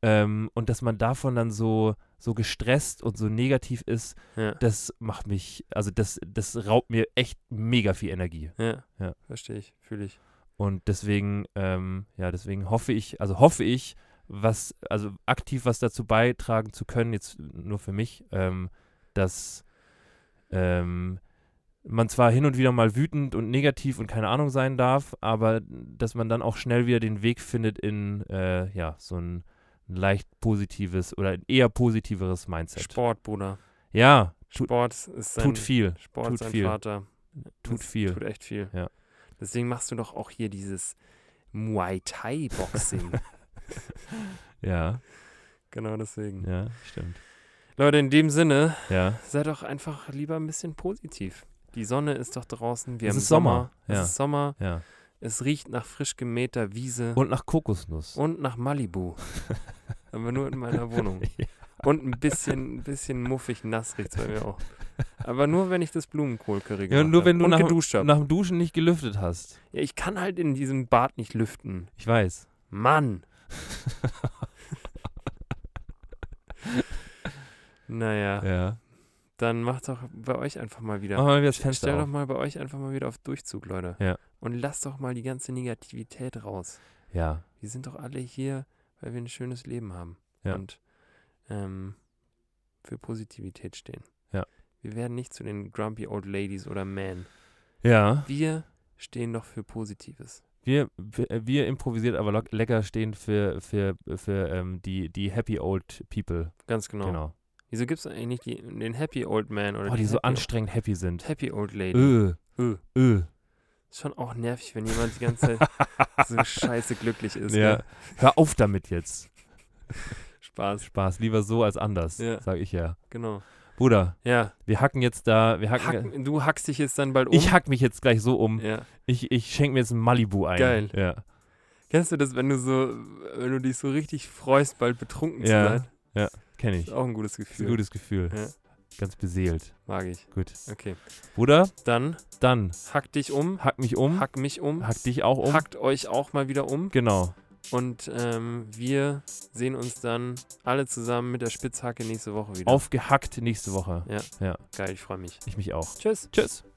S2: ähm, und dass man davon dann so, so gestresst und so negativ ist,
S3: Ja.
S2: das macht mich, also das, das raubt mir echt mega viel Energie.
S3: Ja,
S2: Ja.
S3: verstehe ich, fühle ich.
S2: Und deswegen, ähm, ja, deswegen hoffe ich, also hoffe ich, was, also aktiv was dazu beitragen zu können, jetzt nur für mich, ähm, dass ähm, man zwar hin und wieder mal wütend und negativ und keine Ahnung sein darf, aber dass man dann auch schnell wieder den Weg findet in, äh, ja, so ein leicht positives oder ein eher positiveres Mindset.
S3: Sport, Bruder.
S2: Ja, tu,
S3: Sport ist sein,
S2: tut viel,
S3: Sport
S2: tut
S3: ist sein
S2: viel.
S3: Vater.
S2: tut
S3: Das
S2: viel.
S3: Tut echt viel.
S2: Ja.
S3: Deswegen machst du doch auch hier dieses Muay Thai
S2: *laughs*
S3: Boxing.
S2: Ja,
S3: genau deswegen.
S2: ja, stimmt.
S3: Leute, in dem Sinne,
S2: Ja,
S3: seid doch einfach lieber ein bisschen positiv. Die Sonne ist doch draußen. Wir
S2: Es
S3: haben
S2: ist Sommer, ja.
S3: Es ist Sommer.
S2: ja.
S3: Es riecht nach frisch gemähter Wiese und,
S2: Und nach Kokosnuss. *laughs*
S3: nach Malibu. Aber nur in meiner Wohnung.
S2: Ja.
S3: Und ein bisschen, ein bisschen muffig nass riecht es bei mir auch. Aber nur, wenn ich das Blumenkohlcurry
S2: Ja,
S3: gemacht
S2: nur wenn
S3: hab
S2: du
S3: und
S2: nach,
S3: geduscht habe.
S2: nach dem Duschen nicht gelüftet hast.
S3: Ja, ich kann halt in diesem Bad nicht lüften.
S2: Ich weiß.
S3: Mann! naja,
S2: Ja.
S3: dann macht doch bei euch einfach mal wieder.
S2: Mach mal wieder das
S3: Stell
S2: Fenster
S3: doch
S2: auf.
S3: mal bei euch einfach mal wieder auf Durchzug, Leute.
S2: Ja.
S3: Und lasst doch mal die ganze Negativität raus.
S2: Ja,
S3: Wir sind doch alle hier, weil wir ein schönes Leben haben.
S2: Ja.
S3: Und ähm, für Positivität stehen.
S2: Ja.
S3: Wir werden nicht zu den grumpy old ladies oder men.
S2: ja.
S3: Wir stehen doch für Positives.
S2: Wir, wir, wir improvisiert aber lock- lecker stehen für, für, für ähm, die, die happy old people.
S3: Ganz genau.
S2: Genau.
S3: Wieso gibt es eigentlich nicht die, den Happy Old Man oder
S2: Oh, die so
S3: happy,
S2: anstrengend happy sind.
S3: Happy Old Lady?
S2: Öh,
S3: Öh.
S2: öh.
S3: Ist schon auch nervig, wenn jemand die ganze Zeit
S2: *laughs*
S3: so scheiße glücklich ist.
S2: Ja.
S3: Ne?
S2: Hör auf damit jetzt.
S3: Spaß,
S2: Spaß, lieber so als anders,
S3: Ja.
S2: sag ich ja.
S3: genau.
S2: Bruder,
S3: Ja,
S2: wir hacken jetzt da, wir hacken.
S3: hack, du hackst dich jetzt dann bald um.
S2: ich hack mich jetzt gleich so um.
S3: ja.
S2: Ich, ich schenke mir jetzt ein Malibu ein.
S3: Geil.
S2: Ja.
S3: Kennst du das, wenn du so, wenn du dich so richtig freust, bald betrunken zu
S2: Ja.
S3: sein?
S2: Kenne
S3: Ist
S2: ich.
S3: auch ein gutes
S2: Ist ein
S3: Gefühl.
S2: gutes Gefühl.
S3: Ja.
S2: Ganz beseelt.
S3: Mag ich.
S2: Gut.
S3: Okay.
S2: Bruder,
S3: Dann
S2: dann
S3: hack dich um,
S2: hack mich um, hack,
S3: hack mich um,
S2: dich auch um.
S3: hackt euch auch mal wieder um.
S2: Genau.
S3: Und ähm, wir sehen uns dann alle zusammen mit der Spitzhacke nächste Woche wieder.
S2: Aufgehackt nächste Woche.
S3: Ja.
S2: Ja.
S3: Geil, ich freue mich.
S2: Ich mich auch.
S3: Tschüss.
S2: Tschüss.